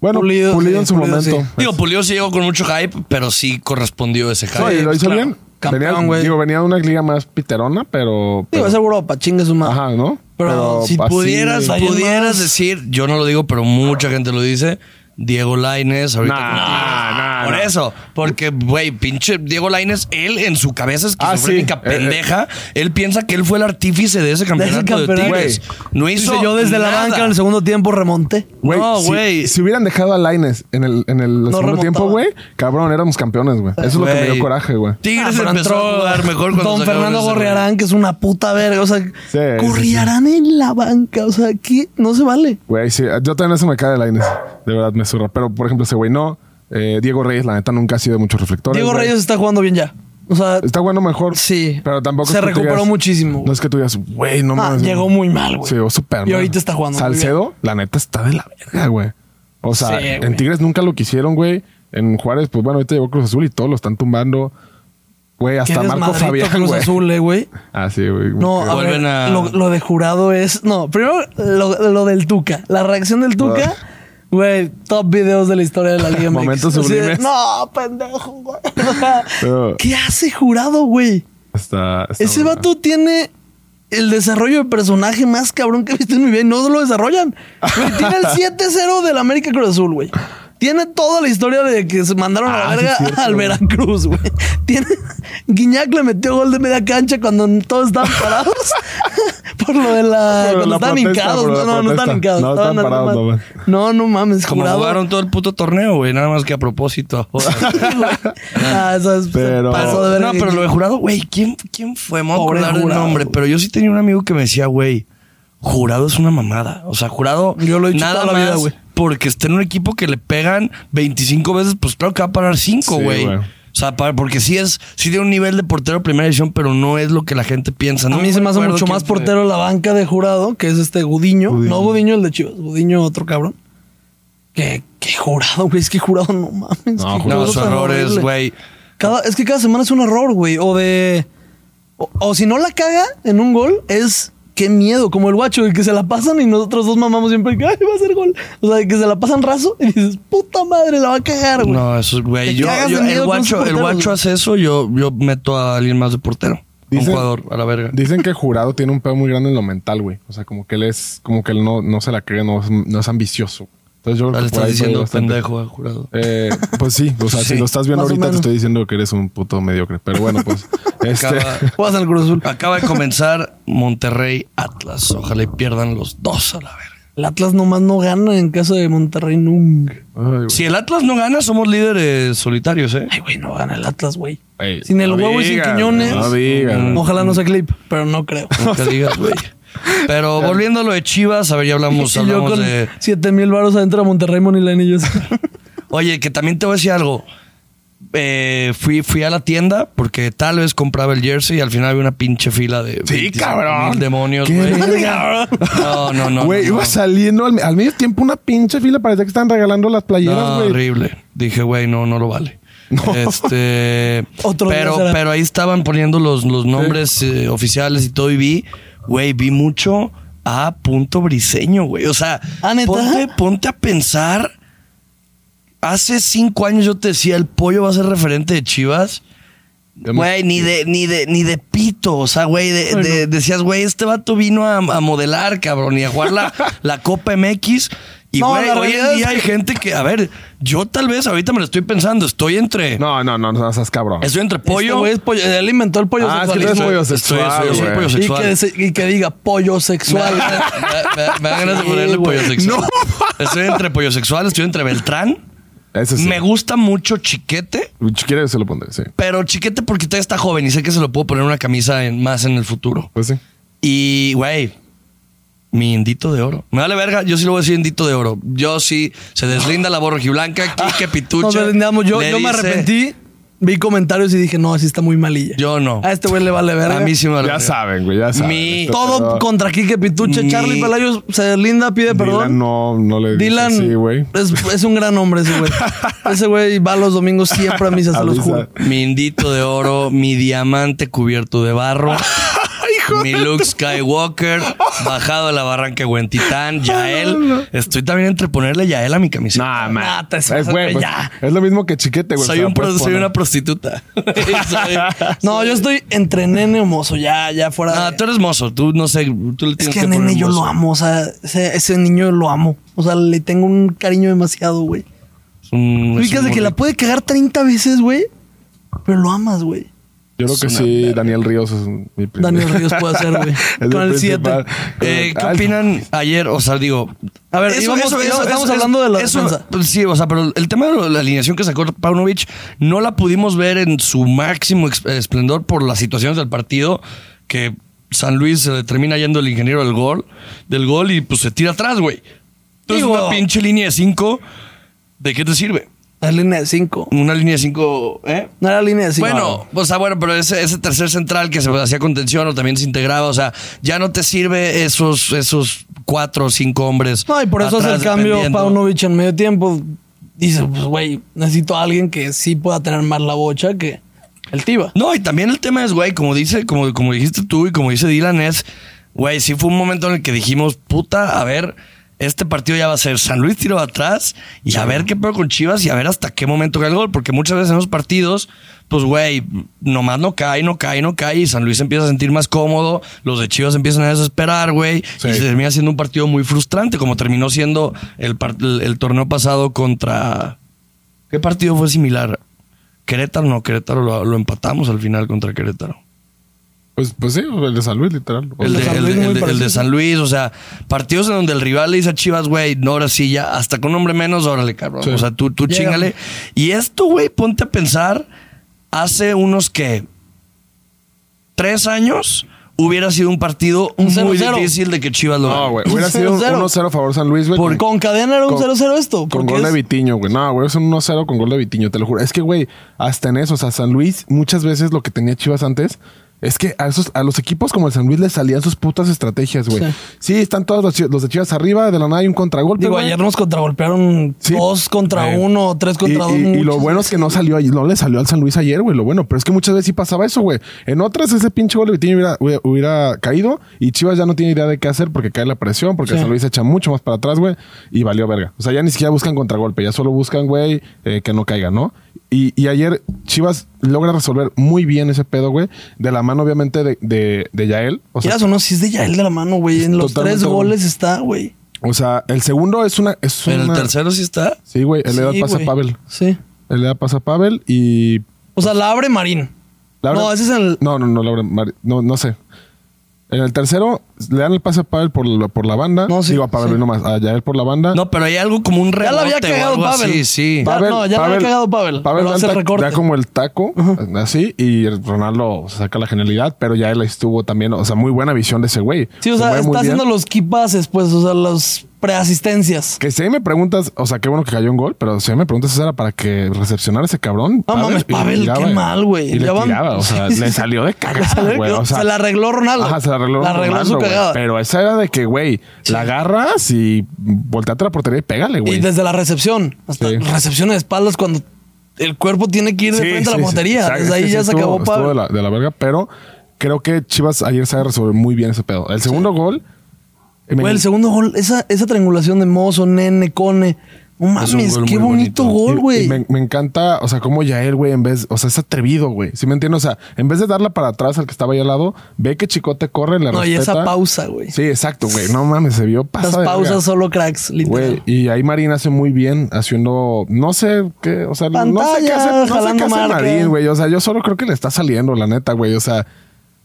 A: Bueno, pulido,
C: Pulido, sí,
A: en su
C: Pulido, sí.
A: momento.
B: Digo, Pulido sí llegó con mucho hype, pero sí correspondió ese hype.
A: Pues No, y lo hizo
C: claro.
A: bien.
C: Campeón,
A: venía,
C: güey.
A: Digo, venía de una liga más piterona, pero.
C: Sí, va
A: pero-
C: a ser Europa, chingue su madre.
A: Ajá, ¿no?
C: Pero si
A: así-
B: Pudieras,
C: ¿Alguien
B: pudieras
C: más?
B: decir, yo no lo digo, pero mucha gente lo dice. Diego Laines, ahorita.
A: Nah,
B: contigo.
A: nah,
B: Por
A: nah.
B: eso, porque, güey, pinche Diego Laines, él en su cabeza
A: Ah,
B: esquizofrénica
A: sí. Eh, eh.
B: pendeja, él piensa que él fue el artífice de ese campeonato de,
C: campeonato.
B: Tigres. No hizo.
C: Dice, yo desde la
B: nada.
C: banca en el segundo tiempo remonté.
A: Güey,
B: No,
A: si-
B: güey.
A: Si, hubieran dejado a Laines en el, en el segundo
C: remontaba.
A: tiempo, güey, cabrón, éramos campeones, güey. Eso es lo que me
B: Güey.
A: dio coraje, güey.
B: Tigres
C: Ah, pero
B: empezó a jugar mejor cuando
C: Don
B: sacaron
C: Fernando
B: ese
C: Gorriarán, que es una puta verga. O sea, Gorriarán en la banca. O sea, aquí no se vale.
A: Güey, sí, yo también eso me cae de Laines. De verdad, me zurra. Pero, por ejemplo, ese güey no. Eh, Diego Reyes, la neta, nunca ha sido de muchos reflectores.
C: Diego
A: güey.
C: Reyes está jugando bien ya. O sea,
A: Está bueno mejor.
C: Sí.
A: Pero tampoco.
C: Se
A: es que tú
C: recuperó
A: digas-
C: muchísimo, güey.
A: No es que tú digas, güey, no
C: Ah,
A: mames.
C: llegó muy mal, güey.
A: Sí, llegó súper
C: Y
A: mal.
C: ahorita está jugando muy
A: Salcedo, la neta, está de la verga, güey. O sea,
C: Sí,
A: en
C: güey.
A: Tigres nunca lo quisieron, güey. En Juárez, pues bueno, ahorita llegó Cruz Azul y todos lo están tumbando. Güey,
C: que
A: hasta Marco
C: desmadrito
A: Fabián,
C: Cruz
A: güey.
C: Azul, eh, güey.
A: Ah, sí, güey.
C: No, a
B: Vuelven
C: ver,
B: a-
C: Lo, lo de jurado es. No, primero lo, lo del Tuca. La reacción del Tuca, güey, top videos de la historia de la Liga MX.
A: Ah. (laughs) Momentos
C: Así de,
A: sublimes.
C: No, pendejo, güey. (laughs)
A: Pero-
C: ¿Qué hace jurado, güey?
A: Está, está
C: Ese
A: bueno.
C: vato tiene el desarrollo de personaje más cabrón que he visto en mi vida y no lo desarrollan. Güey, tiene el 7-0 del América Cruz Azul, güey. Tiene toda la historia de que se mandaron a la
A: Ah, sí
C: verga
A: es cierto,
C: al
A: güey.
C: Veracruz, güey. Tiene... Guiñac le metió gol de media cancha cuando todos estaban parados. (laughs) por lo de la...
A: Por
C: cuando
A: la
C: estaban
A: protesta,
C: hincados.
A: por la
C: No, no, no
A: protesta.
C: estaban hincados.
A: No, estaban
C: nada
A: parados
C: más.
A: nomás.
C: No, no mames,
B: Como
C: jurado. (laughs)
B: jugaron todo el puto torneo, güey, nada más que
A: (laughs)
B: a propósito.
C: Ah, eso es- se
A: Pero-
C: pasó de
B: no,
C: verga
B: pero lo de
C: Guiñac.
B: jurado, güey, ¿quién, ¿quién fue? Me voy a
C: Pobre
B: acordar del
C: Jurado.
B: nombre, pero yo sí tenía un amigo que me decía, güey, jurado es una mamada. O sea, jurado,
C: Yo lo he dicho
B: nada
C: toda la
B: más
C: vida, güey.
B: porque está en un equipo que le pegan 25 veces, pues claro que va a parar 5,
A: Sí,
B: güey.
A: güey.
B: O sea, para- porque sí es, sí tiene un nivel de portero de primera edición, pero no es lo que la gente piensa.
C: A
B: No
C: mí se me hace
B: recuerdo
C: mucho
B: quién
C: más
B: fue.
C: portero la banca de jurado, que es este Gudiño.
A: Gudiño.
C: No Gudiño el de Chivas, Gudiño otro cabrón. Que, que jurado, güey. Es que jurado, no mames.
A: No,
C: qué
A: Jurado
B: No,
C: cosa
B: sus
C: tan
B: errores,
C: horrible.
B: güey.
C: Cada- es que cada semana es un error, güey. O de. O, o si no la caga en un gol, es. Qué miedo, como el guacho, de que se la pasan y nosotros dos mamamos siempre que "Ay, va a ser gol. O sea, de que se la pasan raso y dices, puta madre, la va a cagar, güey.
B: No, eso es,
C: Te
B: güey. Yo,
C: cagas
B: yo-
C: de
B: el
C: miedo con esos
B: guacho, el
C: porteros,
B: guacho
C: güey.
B: hace eso, yo, yo meto a alguien más de portero. Un
A: Dicen-
B: jugador, a la verga.
A: Dicen que Jurado tiene un pedo muy grande en lo mental, güey. O sea, como que él es, como que él no, no se la cree, no, es- no es ambicioso. Entonces yo creo
B: Ah,
A: que
B: Le
A: por
B: estás
A: ahí puede
B: diciendo
A: bastante.
B: pendejo al jurado.
A: Eh, pues sí,
B: (laughs)
A: o sea,
B: Sí,
A: si lo estás viendo
C: más o
A: ahorita te
C: menos.
A: estoy diciendo que eres un puto mediocre. Pero bueno, pues. este, (laughs)
B: (laughs) Acaba,
C: Juegas en el Cruz Azul.
B: acaba de comenzar Monterrey Atlas. Ojalá y pierdan los dos a la verga.
C: El Atlas nomás no gana en caso de Monterrey nunca.
A: ay, güey.
B: Si el Atlas no gana, somos líderes solitarios, ¿eh?
C: Ay, güey, no gana el Atlas, güey.
A: Ey,
C: Sin el
A: no
C: huevo y sin
A: digas,
C: Quiñones.
A: No digas.
B: Mm,
C: Ojalá no sea clip, pero no creo.
B: No te digas, güey.
A: (laughs)
B: Pero volviendo a lo de Chivas, a ver, ya hablamos,
C: y yo
B: hablamos
C: con
B: de.
C: 7 mil baros adentro de Monterrey, Moneyline y yo.
B: Oye, que también te voy a decir algo. Eh, fui, fui a la tienda porque tal vez compraba el jersey y al final había una pinche fila de.
A: Sí,
B: 25
A: cabrón.
B: mil demonios,
A: Qué
B: güey.
A: verga.
B: No, no, no.
A: Güey,
B: no,
A: iba
B: no.
A: saliendo al, al medio tiempo una pinche fila. Parecía que estaban regalando las playeras,
B: No,
A: güey.
B: horrible. Dije, güey, no, no lo
C: (laughs)
B: vale.
A: No.
B: Este.
C: Otro día
B: pero,
C: será.
B: pero ahí estaban poniendo los, los nombres eh, oficiales y todo, y vi, güey, vi mucho a punto briseño, güey. O sea,
C: ¿Ah, neta?
B: ponte, ponte a pensar. Hace cinco años yo te decía, el pollo va a ser referente de Chivas.
A: Ya me-
B: Güey, ni de, ni de, ni de pito. O sea, güey, de-
C: Ay, (laughs)
B: de- decías, güey, este vato vino a, a modelar, cabrón, y a jugar la, la Copa MX. Y
C: No,
B: güey,
C: la
B: hoy
C: realidad
B: en
C: es
B: día hay gente que, a ver, yo tal vez ahorita me lo estoy pensando, estoy entre.
A: No, no, no, no seas cabrón.
B: Estoy entre
C: Este
B: pollo.
C: güey es pollo- él inventó el pollo
A: Ah, es que tú
C: sexual.
A: eres
B: Estoy-
A: pollo
B: estoy-
A: sexual,
B: soy- soy
A: güey.
B: pollo
C: y, que,
B: sexual.
C: dese- y que diga pollo
B: Me da-
C: sexual.
B: me da- me da ganas de ponerle
C: Sí, güey.
B: pollo sexual.
A: No.
B: Estoy entre pollo sexual, estoy entre Beltrán.
A: Eso sí.
B: Me gusta mucho Chiquete,
A: Si quieres, se lo pondré, sí.
B: pero Chiquete porque todavía está joven y sé que se lo puedo poner en una camisa en- más en el futuro.
A: Pues sí.
B: Y, güey, mi indito de oro. Me vale verga, yo sí lo voy a decir indito de oro. Yo sí, se deslinda la borra blanca, Quique Pitucha.
C: Ah, Nos deslindamos. Yo,
B: le
C: yo me
B: dice,
C: arrepentí, vi comentarios y dije, no, así está muy malilla.
B: Yo no.
C: A este güey le vale verga.
B: A mí sí me vale
A: Ya
B: verga.
A: saben, güey, ya saben.
B: Mi-
A: Esto-
C: Todo
A: pero-
C: contra Quique Pituche,
B: Ni-
C: Charlie Pelayos se deslinda, pide
A: Dylan
C: perdón.
A: no, no le dice
C: Dylan
A: así,
B: (laughs)
A: güey.
C: es, es un gran hombre
A: (laughs)
C: ese güey. Ese güey va los domingos siempre a misa, se los
A: Avisa.
C: juro.
B: Mi indito de oro, mi diamante cubierto de
C: (laughs)
B: barro. mi Luke Skywalker, bajado de la barranca de
C: (laughs)
B: Huentitán, Yael. Estoy también entre ponerle Yael a mi camiseta.
A: Nah, man.
C: Nah, pues te
A: es,
C: pasas,
A: güey,
C: güey,
A: pues,
C: ya.
A: es lo mismo que chiquete, güey.
B: soy,
A: se la
B: un pro-
A: puedes
B: soy
A: poner.
B: una prostituta. (laughs)
C: (laughs)
B: Soy-
C: No, yo estoy entre nene o mozo, ya, ya fuera.
B: No,
C: de-
B: tú eres mozo. Tú no sé. Tú le
C: Es
B: tienes
C: que a
B: que poner
C: nene yo
B: mozo.
C: lo amo, o sea, ese, ese niño lo amo. O sea, le tengo un cariño demasiado, güey.
B: Es un- es
C: Ubicas
B: un
C: de que
B: burrito.
C: la puede cagar 30 veces, güey, pero lo amas, güey.
A: Yo creo que sí, Daniel Ríos es mi príncipe.
C: Daniel Ríos puede hacer,
A: (laughs)
C: güey.
A: Es
C: Con el
A: principal.
C: 7.
B: Eh, ¿Qué
A: Ay,
B: opinan ayer? O sea, digo.
C: A ver, íbamos- íbamos- estamos hablando de la defensa.
B: pues Sí, o sea, pero el tema de la alineación que sacó Paunovic no la pudimos ver en su máximo ex- esplendor por las situaciones del partido que San Luis se le termina yendo el ingeniero del gol, del gol y pues se tira atrás, güey. Entonces,
C: Digo-
B: una pinche línea de 5, ¿de qué te sirve?
C: La línea de 5.
B: Una línea de 5, ¿eh?
C: No era línea de 5.
B: bueno, o sea, bueno, pero ese, ese tercer central que se hacía contención o también se integraba, o sea, ya no te sirve esos, esos cuatro o cinco hombres.
C: No, y por eso hace
B: atrás
C: el cambio
B: dependiendo.
C: Paunovic en medio tiempo. Dice, pues, güey, necesito a alguien que sí pueda tener más la bocha que el Tiba.
B: No, y también el tema es, güey, como dice, como, como dijiste tú y como dice Dylan, es, güey, sí fue un momento en el que dijimos, puta, a ver, este partido ya va a ser San Luis tiro atrás y a ver qué pedo con Chivas y a ver hasta qué momento cae el gol, porque muchas veces en los partidos, pues, güey, nomás no cae, no cae, no cae y San Luis se empieza a sentir más cómodo, los de Chivas empiezan a desesperar, güey,
A: Sí.
B: y se termina siendo un partido muy frustrante, como terminó siendo el, par- el- el torneo pasado contra... ¿Qué partido fue similar? Querétaro no, Querétaro lo, lo empatamos al final contra Querétaro.
A: Pues, pues sí, el de San Luis, literal. O
B: El
A: sea,
B: de,
C: San
B: el
C: Luis
B: de-
C: muy
B: el de- el de
C: parecido.
B: San Luis, o sea, partidos en donde el rival le dice a Chivas, güey, no, ahora sí ya, hasta con un hombre menos, órale, cabrón.
A: Sí.
B: O sea, tú, tú
C: Llega.
B: chingale. Y esto, güey, ponte a pensar, hace unos que tres años hubiera sido un partido
C: Un
B: muy
C: 0-0.
B: difícil de que Chivas lo
A: No,
B: gane.
A: güey.
B: (laughs)
A: Hubiera sido un
C: 0-0.
A: 1-0 a favor San Luis, güey.
C: Por- con cadena era un 0-0 esto,
A: Con
C: porque
A: gol de
C: es-
A: Vitiño, güey. No, güey, es un 1-0 con gol de Vitiño, te lo juro. Es que, güey, hasta en eso, o sea, San Luis, muchas veces lo que tenía Chivas antes. Es que a, esos, a los equipos como el San Luis les salían sus putas estrategias, güey.
C: Sí.
A: Sí. están todos los, chi- los de Chivas arriba, de la nada hay un contragolpe.
C: Digo,
A: güey.
C: ayer nos contragolpearon
A: Sí.
C: dos contra
A: Güey.
C: uno, tres contra
A: Y-
C: dos.
A: y, y lo
C: muchas
A: bueno es que no salió ahí- no le salió al San Luis ayer, güey. Lo bueno, pero es que muchas veces sí pasaba eso, güey. En otras, ese pinche gol de Vitinho hubiera, hubiera, hubiera caído y Chivas ya no tiene idea de qué hacer porque cae la presión, porque
C: Sí.
A: San Luis echa mucho más para atrás, güey, y valió verga. O sea, ya ni siquiera buscan contragolpe, ya solo buscan, güey, eh, que no caiga, ¿no? Y, y ayer Chivas logra resolver muy bien ese pedo, güey, de la mano, obviamente, de, de, de Yael. O sea,
C: Quieras o no, si es de Yael de la mano, güey. En los
A: Totalmente,
C: tres
A: güey.
C: goles está, güey.
A: o sea, el segundo es una. Es
B: Pero el
A: una-
B: tercero sí está.
A: Sí, güey, él le da el
C: Sí,
A: pase
C: güey.
A: a Pavel.
C: Sí.
A: Él le da pase a Pavel y
C: O sea, la abre Marín.
A: Laura-
C: No, ese es el.
A: No, no, no, Laura Mari- No, no sé. En el tercero le dan el pase a Pavel por, la- por la banda.
C: No, sí,
A: Digo a Pavel
C: sí.
A: nomás, a Yael por la banda.
B: No, pero hay algo como un
C: Ya
B: rebote
C: la había
B: o
C: cagado
B: algo
C: Pavel.
B: así, sí.
C: Ya, no, ya la había cagado Pavel.
A: Pavel
C: pero
A: da,
C: hace
A: el
C: el
A: ta-
C: recorte.
A: da como el taco, así, y Ronaldo saca la genialidad, pero ya él estuvo también, o sea, muy buena visión de ese güey.
C: Sí, o
A: Se
C: sea,
A: mueve muy
C: está haciendo
A: bien.
C: los key passes, pues, o sea, las preasistencias.
A: Que si ahí me preguntas, o sea, qué bueno que cayó un gol, pero si ahí me preguntas, eso era para que recepcionara ese cabrón.
C: No mames,
A: y le
C: Pavel,
A: tiraba, eh.
C: qué mal, güey.
A: Y le
C: Ya van-
A: tiraba, o
C: (laughs)
A: sea, le salió de cagada, güey. O sea,
C: se la arregló Ronaldo.
A: Ajá, se la arregló.
C: La arregló
A: Ronaldo,
C: su
A: güey.
C: cagada.
A: Pero esa era de que, güey, la agarras y volteate a la portería y pégale,
C: Y
A: güey.
C: desde la recepción, hasta
A: Sí.
C: recepción de espaldas, cuando el cuerpo tiene que ir de
A: Sí,
C: frente a
A: sí, sí.
C: la portería.
A: O sea,
C: desde
A: es
C: ahí
A: que
C: ya
A: sí
C: se
A: estuvo-
C: acabó
A: estuvo de
C: Pablo.
A: la, de la verga, pero creo que Chivas ayer sabe resolver muy bien ese pedo. El segundo gol. eh, me-
C: Güey, el segundo gol, esa, esa triangulación de Mozo, Nene, Cone. No
B: Es un
C: mames,
B: gol
C: qué
B: muy bonito.
C: bonito, gol,
A: Y- y
C: güey.
A: Me, me encanta, o sea, como ya él, güey, en vez, o sea, es atrevido, güey. ¿Sí me entiendes? O sea, en vez de darla para atrás al que estaba ahí al lado, ve que Chicote corre, la
C: No, y
A: respeta.
C: esa pausa, güey.
A: Sí, exacto, güey. No mames, se vio
C: Las
A: pasada. de verga.
C: pausas solo cracks,
A: Güey,
C: literal.
A: y ahí Marín hace muy bien haciendo, no sé qué, o sea, no sé qué
C: Pantalla,
A: hace, no sé
C: jalando
A: qué hace
C: marca.
A: Marín, güey. O sea, yo solo creo que le está saliendo, la neta, güey. O sea,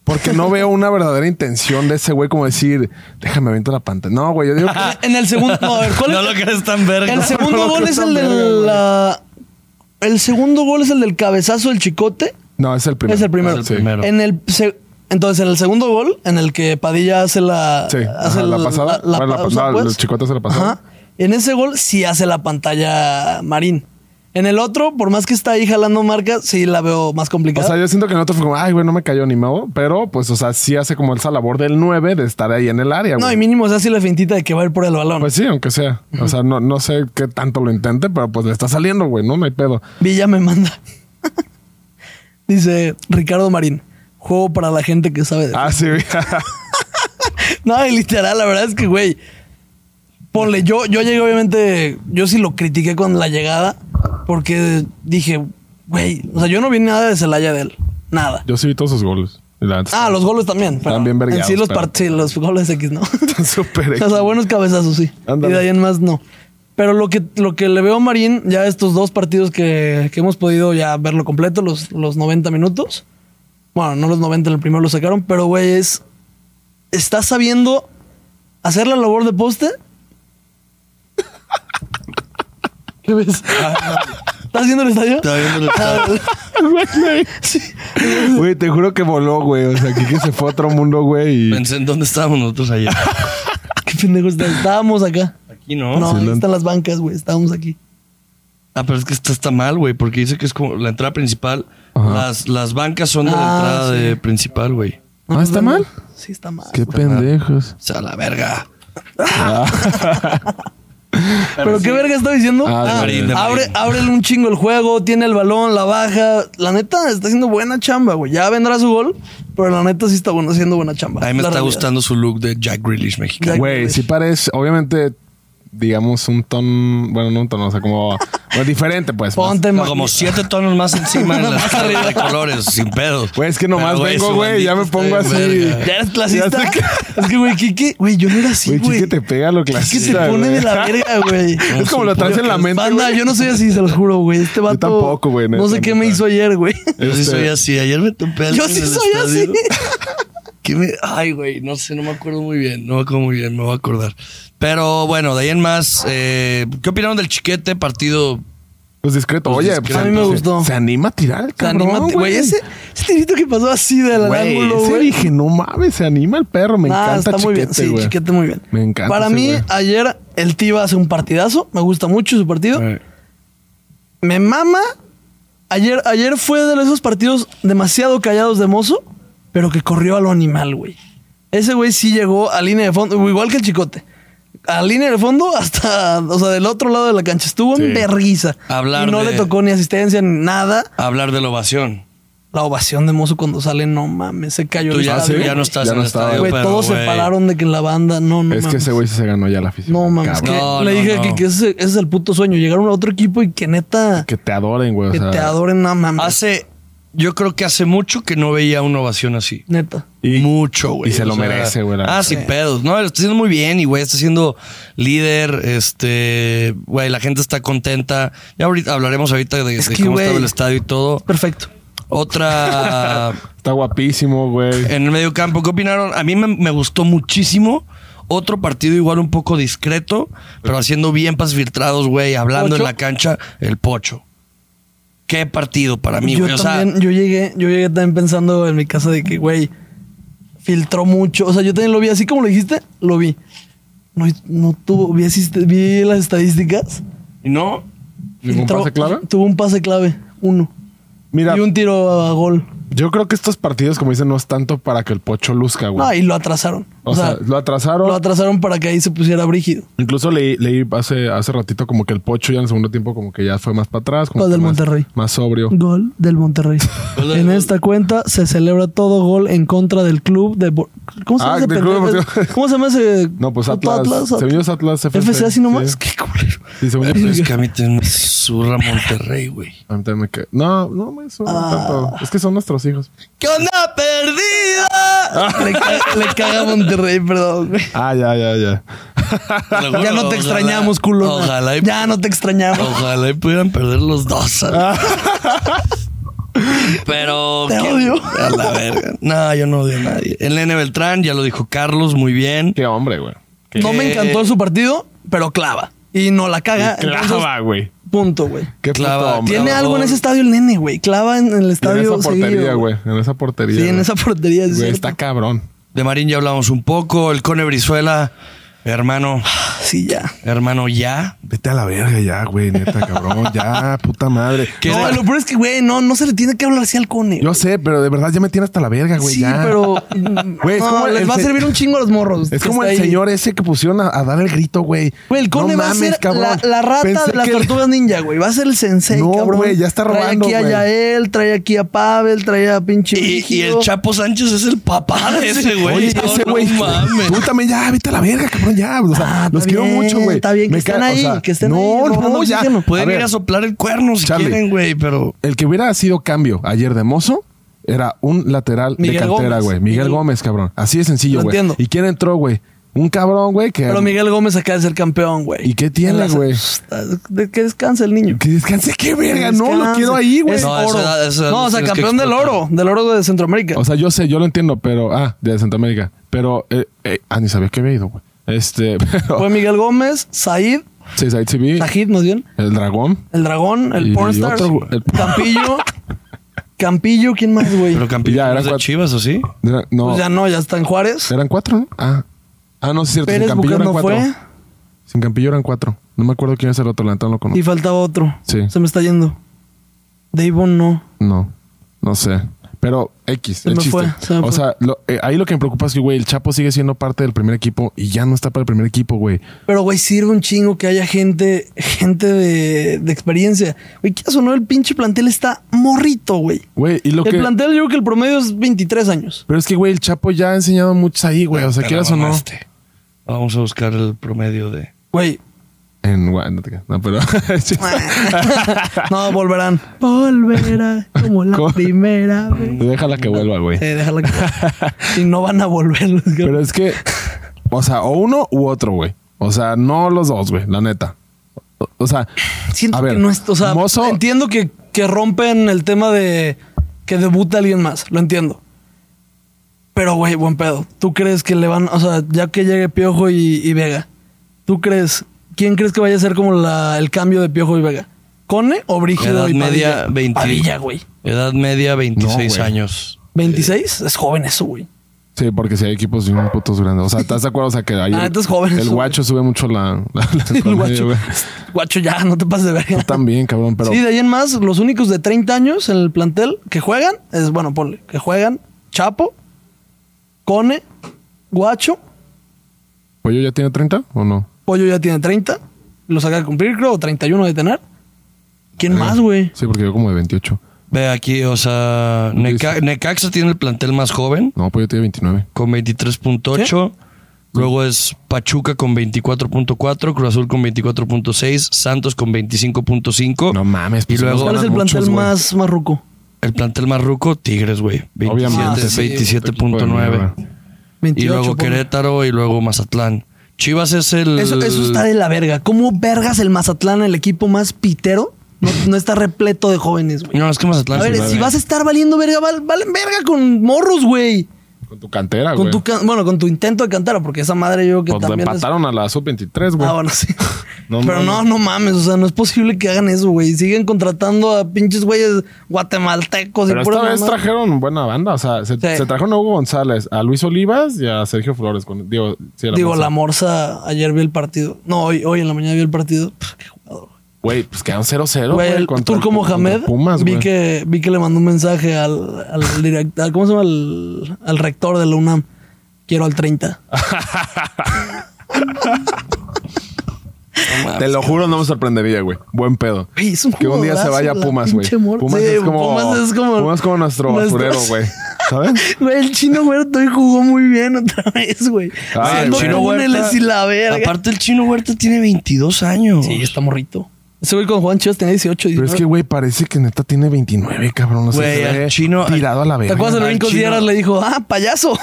A: porque no veo una verdadera intención de ese güey como decir, déjame aviento la pantalla. No, güey, yo digo que-
C: (laughs) En el segundo. No, a ver,
B: (laughs)
C: ¿cuál
B: No
C: es?
B: lo crees tan verga. (laughs)
C: El
A: No
C: segundo
A: lo
C: gol
A: creo
C: es
A: tan
C: el de
A: verga, güey.
C: la. El segundo gol es el del cabezazo del chicote.
A: No, es el primero.
C: Es el primero.
A: Sí.
B: primero.
C: En el se- entonces, en el segundo gol, en el que Padilla hace la.
A: Sí,
C: hace
A: ajá, la pasada. Bueno, la- la- el Chicote hace la pasada.
C: En ese gol sí hace la pantalla Marín. En el otro, por más que está ahí jalando marca, sí la veo más
A: O
C: complicada.
A: sea, yo siento que en otro fue como, ay, güey, no me cayó ni modo, pero pues, o sea, sí hace como esa labor del 9 de estar ahí en el área,
C: no,
A: güey.
C: y mínimo se hace la fintita de que va a ir por el balón.
A: Pues sí, aunque sea. O sea, no, no sé qué tanto lo intente, pero pues le está saliendo, güey, no, no hay pedo.
C: Villa me manda. (laughs) Dice Ricardo Marín. Juego para la gente que sabe de
A: Ah, sí, (laughs)
C: (laughs) No, y literal, la verdad es que, güey. Ponle, yo, yo llegué, obviamente. Yo sí lo critiqué con la llegada. Porque dije, güey. O sea, yo no vi nada de Celaya de él. Nada.
A: yo sí vi todos sus goles. y la neta
C: Ah, los goles también. Pero
A: También
C: en
A: vergueados,
C: sí, los,
A: pero-
C: par- sí, los goles X,
A: (laughs)
C: ¿no?
A: Están súper
C: o sea, buenos cabezazos, sí.
A: Ándale.
C: Y de ahí en más, no. Pero lo que, lo que le veo a Marín, ya estos dos partidos que, que hemos podido ya verlo completo, los, los 90 minutos. Bueno, no los 90, en el primero lo sacaron, pero güey, es. Está sabiendo hacer la labor de poste. (laughs) ¿Qué ves? ¿Estás viendo el (laughs) estadio?
B: Estaba viendo el estadio.
C: Sí.
A: Güey, te juro que voló, güey. O sea, Kike se fue a otro mundo, güey. y-
B: Pensé en dónde estábamos nosotros ayer.
C: Qué pendejo está. Estábamos acá.
B: Aquí no.
C: No,
A: Sí,
C: ahí
A: lo-
C: están las bancas, güey. Estábamos aquí.
B: Ah, pero es que esta está mal, güey, porque dice que es como la entrada principal.
A: Ajá.
B: Las, las bancas son de la
C: Ah,
B: entrada
C: sí.
B: de principal, güey.
A: Ah, ¿está mal?
C: Sí, está mal.
A: Qué pendejos.
C: (laughs)
B: O sea, la verga.
C: Pero qué verga está diciendo.
A: Ah, de
C: Ah,
B: Marín, de
C: abre,
B: Marín.
C: ábrele un chingo el juego, tiene el balón, la baja. La neta está haciendo buena chamba, güey. Ya vendrá su gol, pero la neta sí está bueno, haciendo buena chamba.
B: A mí me
C: La
B: está
C: realidad.
B: gustando su look de Jack Grealish mexicano.
C: Jack
A: Güey,
C: Grealish.
A: sí parece, obviamente, digamos, un tono, bueno, no un tono, o sea, como bueno, diferente, pues. más.
C: Ponte
B: No,
C: ma-
B: como siete tonos más encima
C: (laughs)
B: en la escala de colores, sin pedos.
A: Güey, es que nomás vengo,
B: su
A: güey, ya
B: bandita
A: me
B: está
A: pongo
B: bien
A: así.
B: verga.
C: ¿Ya eres clasista?
A: Ya sé
C: Es que, güey, Kike, güey, yo no era así,
A: Güey,
C: güey.
A: Kike te pega lo
C: Es que se
A: clasista.
C: pone de
A: güey.
C: la verga, güey.
A: (laughs) Es como lo traes en la mente,
C: Banda,
A: güey.
C: yo no soy así, se los juro, güey. Este vato.
A: tampoco, güey,
C: No sé
A: neta,
C: qué me
A: neta.
C: hizo ayer, güey.
A: (laughs)
B: Yo sí
A: Este-
B: soy así. Ayer me topé a
C: Yo
B: alguien
C: sí
B: en el
C: soy así. (laughs)
B: estadio. Que me- ay, güey, no sé, no me acuerdo muy bien, no me acuerdo muy bien, me voy a acordar. Pero bueno, de ahí en más, eh, ¿qué opinaron del chiquete partido?
A: Pues discreto.
B: Pues
A: Oye,
B: discreto.
A: pues,
C: A mí me
A: se-
C: gustó.
A: Se anima a tirar el
C: Se
A: cabrón,
C: anímate, güey. Ese, ese tirito que pasó así del
A: Güey,
C: ángulo,
A: ese
C: güey.
A: dije, no mames, se anima el perro. Me
C: Ah,
A: encanta
C: está muy bien.
A: Chiquete,
C: Sí,
A: güey.
C: chiquete muy bien.
A: Me encanta
C: Para
A: ese
C: mí,
A: güey.
C: ayer el Tiva hace un partidazo. Me gusta mucho su partido.
A: Eh.
C: Me mama. Ayer, ayer fue de esos partidos demasiado callados de mozo, pero que corrió a lo animal, güey. Ese güey sí llegó a línea de fondo, igual que el chicote. A línea de fondo hasta, o sea, del otro lado de la cancha. Estuvo en
A: Sí.
C: verguiza.
B: Hablar
C: y no
B: de-
C: le tocó ni asistencia ni nada.
B: Hablar de la ovación.
C: La ovación de mozo cuando sale, no mames, se cayó.
B: Tú
C: el
B: ya,
A: ¿Ah, sí?
C: estadio,
B: ya no estás
A: Ya
B: en
A: no
B: el
A: estaba.
B: estadio,
C: güey,
B: pero,
C: todos se
B: güey,
C: pararon de que en la banda, no, no.
A: Es que
C: mames.
A: ese güey sí se ganó ya la afición.
C: No mames, que
A: cabrón.
B: No,
C: le
B: no,
C: dije
B: no.
C: que, que ese, ese es el puto sueño, llegar a un otro equipo y que neta
A: Que te adoren, güey. o
C: que
A: sea.
C: te adoren, no mames.
B: Hace, yo creo que hace mucho que no veía una ovación así.
C: Neta.
A: Y-
B: mucho, güey.
A: y se lo merece, güey, la
B: Ah,
A: neta.
B: sin pedos. No, lo está haciendo muy bien y, güey, está siendo líder. Este, güey, la gente está contenta. Ya ahorita hablaremos ahorita de,
C: Es
B: de
C: que,
B: cómo
C: güey.
B: estaba el estadio y todo.
C: Perfecto.
B: Otra (laughs)
A: Está guapísimo, güey.
C: Eh,
B: en el medio campo. ¿Qué opinaron? A mí me, me gustó muchísimo. Otro partido igual un poco discreto, pero haciendo bien pas filtrados, güey, hablando en
C: ¿Pocho?
B: la cancha, el pocho. Qué partido para mí,
C: yo
B: güey. O sea,
C: también, yo llegué, yo llegué también pensando en mi casa de que, güey, filtró mucho. O sea, yo también lo vi así como lo dijiste, lo vi. No, no tuvo, vi, asist- vi las estadísticas.
B: y no,
A: ¿Ningún
C: Filtró-
A: pase clave?
C: Tuvo un pase clave, uno.
A: Mira,
C: Y un tiro a gol.
A: yo creo que estos partidos, como dicen, no es tanto para que el pocho luzca, güey.
C: No, y lo atrasaron.
A: O, sea, lo atrasaron.
C: Lo atrasaron para que ahí se pusiera brígido.
A: Incluso leí, leí hace, hace ratito como que el Pocho ya en el segundo tiempo como que ya fue más para atrás. Como
C: Gol
A: que
C: del
A: más-
C: Monterrey.
A: Más sobrio.
C: Gol
A: (laughs)
C: del Monterrey. en esta cuenta se celebra todo gol en contra del club de... Bo- ¿Cómo se llama
A: Ah,
C: ese
A: del club
C: pendejo?
A: deportivo.
C: (laughs) ¿Cómo se llama ese?
A: No, pues
C: Otro
A: Atlas. según yo es Atlas FC.
C: FC así nomás.
A: Sí,
C: Qué culero.
A: Sí, según yo,
B: Pero
C: pues,
B: es
A: sí.
B: que a mí también me zurra Monterrey, güey.
A: A mí también me ca- No, no me suena
C: Ah.
A: tanto. Es que son nuestros hijos.
B: ¿Qué onda perdida?
C: Le, ca- le caga Monterrey, perdón. güey.
A: Ah, ya, ya, ya.
B: Te lo juro,
C: Ya no
B: ojalá-
C: te extrañamos, culo.
B: Ojalá y,
C: Ya no te extrañamos.
B: ojalá y pudieran perder los dos. Pero.
C: Te
B: ¿qué-
C: odio.
B: A la verga. No, yo no odio a nadie. El Nene Beltrán, ya lo dijo Carlos, muy bien.
A: Qué hombre, güey. Qué
C: No me encantó su partido, pero clava. Y no la caga. entonces,
A: clava, güey.
C: punto, güey.
A: Qué
B: Clava.
A: puto hombre.
C: Tiene
B: Bravo.
C: algo en ese estadio el nene, güey. Clava en el
A: Y en
C: estadio.
A: esa portería,
C: seguido,
A: güey. En esa portería.
C: Sí, en
A: güey.
C: esa portería. es
A: Güey,
C: cierto.
A: está cabrón.
B: De Marín ya hablamos un poco. El Cone Brizuela, hermano,
C: Sí, ya.
B: hermano, ya.
A: Vete a la verga ya, güey, neta, cabrón. Ya, puta madre.
B: ¿Qué
C: no,
B: de-
C: lo peor es que, güey, no, no se le tiene que hablar así al cone.
A: Yo sé, pero de verdad ya me tiene hasta la verga, güey.
C: sí,
A: ya.
C: pero.
A: (laughs) Güey, es
C: no,
A: como
C: les
A: el
C: va a
A: se-
C: servir un chingo a los morros.
A: Es
C: que
A: como
C: está
A: el
C: ahí.
A: señor ese que pusieron a, a dar el grito, güey.
C: Güey, el cone
A: No
C: va
A: mames,
C: a ser
A: cabrón.
C: la, la rata
A: Pensé
C: de las
A: que-
C: tortugas ninja, güey. Va a ser el sensei,
A: No,
C: cabrón.
A: güey, ya está robando,
C: Trae aquí
A: güey.
C: a Yael, trae aquí a Pavel, trae a pinche.
B: Y, y el
C: Brígido.
B: Chapo Sánchez es el papá de ese, güey.
A: Oye,
B: No,
A: ese
B: no
A: güey.
B: mames.
A: tú también ya, vete a la verga, cabrón, ya. O sea,
C: Ah,
A: los
C: está
A: quiero
C: bien,
A: mucho, güey.
C: está bien que
A: Me
C: estén
A: ca-
C: ahí, que estén ahí
A: No,
C: robando
A: no, ya.
C: oxígeno.
B: Pueden
A: A ver,
B: ir a soplar el cuerno si
A: Charlie.
B: quieren, güey, pero.
A: El que hubiera sido cambio ayer de mozo era un lateral
C: Miguel
A: de cantera,
C: Gómez.
A: güey. Miguel
C: Miguel-
A: Gómez, cabrón. Así de sencillo,
C: Lo
A: güey.
C: entiendo.
A: ¿Y quién entró, güey? Un cabrón, güey, que.
C: Pero Miguel Gómez acaba de ser campeón, güey.
A: ¿Y qué tiene,
C: En la-
A: güey?
C: De que descanse el niño.
A: Que descanse, qué verga. No, lo
C: Descanse.
A: quiero ahí, güey.
C: Es
B: No,
C: oro.
B: esa edad- esa edad
C: no, o sea,
B: tienes que
C: campeón del
B: explotar.
C: oro, del oro de Centroamérica.
A: O sea, yo sé, yo lo entiendo, pero. Ah, de Santa América. Pero. Eh, eh, ah, ni sabía que había ido, güey. Este. (laughs) Pero,
C: Fue Miguel Gómez, Said,
A: sí, Said Sibi,
C: Sajid más bien,
A: El dragón.
C: el dragón,
A: Y
C: el pornstar,
A: otro, el- (laughs)
C: Campillo, Campillo, ¿quién más, güey?
B: Pero Campillo
A: Ya,
B: no
A: eran
B: es de
A: cuatro-
B: Chivas, ¿o sí?
A: Era- no.
C: Pues ya no, ya está en Juárez.
A: Eran cuatro, ¿no? Ah. Ah, no, sí es cierto.
C: Pérez
A: Sin Campillo
C: Bucán
A: eran
C: no
A: cuatro.
C: fue
A: Sin Campillo eran cuatro. No me acuerdo quién es el otro, la neta no lo conozco.
C: y faltaba otro.
A: Sí.
C: Se me está yendo. Davon no.
A: No, no sé. Pero X,
C: Se
A: el
C: me
A: chiste.
C: fue, se me
A: o
C: fue.
A: sea, lo- eh, ahí lo que me preocupa es que, güey, el Chapo sigue siendo parte del primer equipo y ya no está para el primer equipo, güey.
C: Pero, güey, sirve un chingo que haya gente, gente de, de experiencia. Güey, ¿qué o no? El pinche plantel está morrito, güey.
A: Güey, y lo
C: El
A: que.
C: plantel, yo creo que el promedio es 23 años.
A: Pero es que, güey, el Chapo ya ha enseñado muchos ahí, güey. O sea,
B: Te
A: quieras
B: la
A: o no.
B: mamaste. este, Vamos a buscar el promedio de.
A: (laughs)
C: Güey. (laughs)
A: En, güey, no te creas. No, pero. (laughs)
C: no, volverán. Volverá como la
A: ¿Cómo?
C: primera vez.
A: Déjala que vuelva, güey.
C: Eh,
A: (laughs)
C: déjala que- Y no van a volver. los que-
A: Pero es que, o sea, o uno u otro, güey. O sea, no los dos, güey, la neta. O, o sea,
C: Siento
A: a ver,
C: que no es. O sea,
A: Mozo,
C: entiendo que, que rompen el tema de que debuta alguien más. Lo entiendo. Pero, güey, buen pedo. ¿Tú crees que le van. O sea, ya que llegue Piojo y, y Vega, ¿tú crees. ¿Quién crees que vaya a ser como la- el cambio de Piojo y Vega? ¿Cone o Brígido
B: Edad
C: y
B: media,
C: Padilla?
B: 20.
C: Padilla, güey.
B: Edad media, 26
A: No, güey.
B: años.
C: 26 es joven eso, güey.
A: sí, porque si hay equipos de unos putos grandes. O sea, ¿estás de acuerdo? O sea, que ahí
C: Ah,
A: el,
C: entonces jóvenes,
A: el
C: güey.
A: guacho sube mucho la. la, la
C: (laughs) El
A: promedio,
C: guacho,
A: güey.
C: guacho, ya, no te pases de
A: Tú
C: verga.
A: también, cabrón, pero.
C: Sí, de ahí en más, los únicos de 30 años en el plantel que juegan es, bueno, ponle, que juegan Chapo, Cone, Guacho,
A: ¿Pollo ya tiene 30 o no?
C: Pollo ya tiene 30, los acaba de cumplir, creo, o 31 de tener. ¿Quién más, güey?
A: Eh, Sí, porque yo como de 28.
B: Ve aquí, o sea, Neca- Necaxa tiene el plantel más joven,
A: No, Pollo tiene 29.
B: con 23.8. Luego es Pachuca con 24.4, Cruz Azul con 24.6, Santos con 25.5.
A: No mames, pues,
B: Y luego-
A: nos
C: ¿Cuál es
A: ganan
C: el plantel
A: muchos, güey.
C: más marruco?
B: El plantel más ruco, Tigres, güey. 27,
A: Obviamente, sí, pues, equipo de
B: 27.9.
A: mierda.
B: Y
C: 28,
B: luego
C: ponle.
B: Querétaro y luego Mazatlán. Chivas es el.
C: Eso, eso está de la verga. ¿Cómo vergas el Mazatlán, el equipo más pitero? No, no está repleto de jóvenes, güey.
B: No, es que Mazatlán.
C: A
B: sí,
C: ver,
B: vale.
C: si vas a estar valiendo verga, val- valen verga con morros, güey.
A: Con tu cantera,
C: Con
A: Ah, güey.
C: tu can- bueno, con tu intento de cantar, porque esa madre yo creo que
A: Pues lo
C: también es-
A: empataron a la sub-23, güey.
C: Ah, bueno, sí.
A: (laughs) No
C: Pero
A: mames.
C: no, no mames, o sea, no es posible que hagan eso, güey. Siguen contratando a pinches güeyes guatemaltecos
A: Pero
C: y
A: esta
C: puras
A: vez
C: mamadas.
A: trajeron buena banda. O sea, se,
C: Sí.
A: se trajeron a Hugo González, a Luis Olivas y a Sergio Flores. Con, digo, sí,
C: Digo,
A: moza.
C: la morsa, ayer vi el partido. No, hoy, hoy en la mañana vi el partido. Pff, qué jugador.
A: Güey, pues quedaron 0-0.
C: Güey, el
A: contra-
C: Turco
A: contra
C: Mohamed.
A: Pumas,
C: vi,
A: güey.
C: que, vi que le mandó un mensaje al, al director, ¿cómo se llama? Al, al rector de la UNAM. Quiero al 30.
A: Te lo juro, no me sorprendería, güey. Buen pedo.
C: Güey, es un
A: que un día se
C: jugadorazo,
A: vaya a
C: la
A: Pumas, güey.
C: pinche mor-
A: Pumas,
C: Sí,
A: es como,
C: Pumas es como-
A: Pumas como nuestro
C: nuestro-
A: basurero, güey. ¿Sabes?
C: (laughs) Güey, el chino huerto hoy jugó muy bien otra vez, güey.
A: Ay,
C: Ay,
A: Ah, el
C: no
A: Chino
B: Huerta-
C: y la verga.
B: Aparte, el chino Huerta tiene 22 años.
C: sí, está morrito. Ese güey con Juan Chivas tenía 18,
A: Pero es
C: 19.
A: que, güey, parece que neta tiene 29, cabrón. No sé,
B: Güey,
A: se
B: al
A: ve
B: chino-
A: tirado a la
C: ¿Te
A: verga.
C: acuerdas
B: al
C: de Brincos
B: chino.
C: Dieras? Le dijo, ah,
A: (laughs)
C: payaso.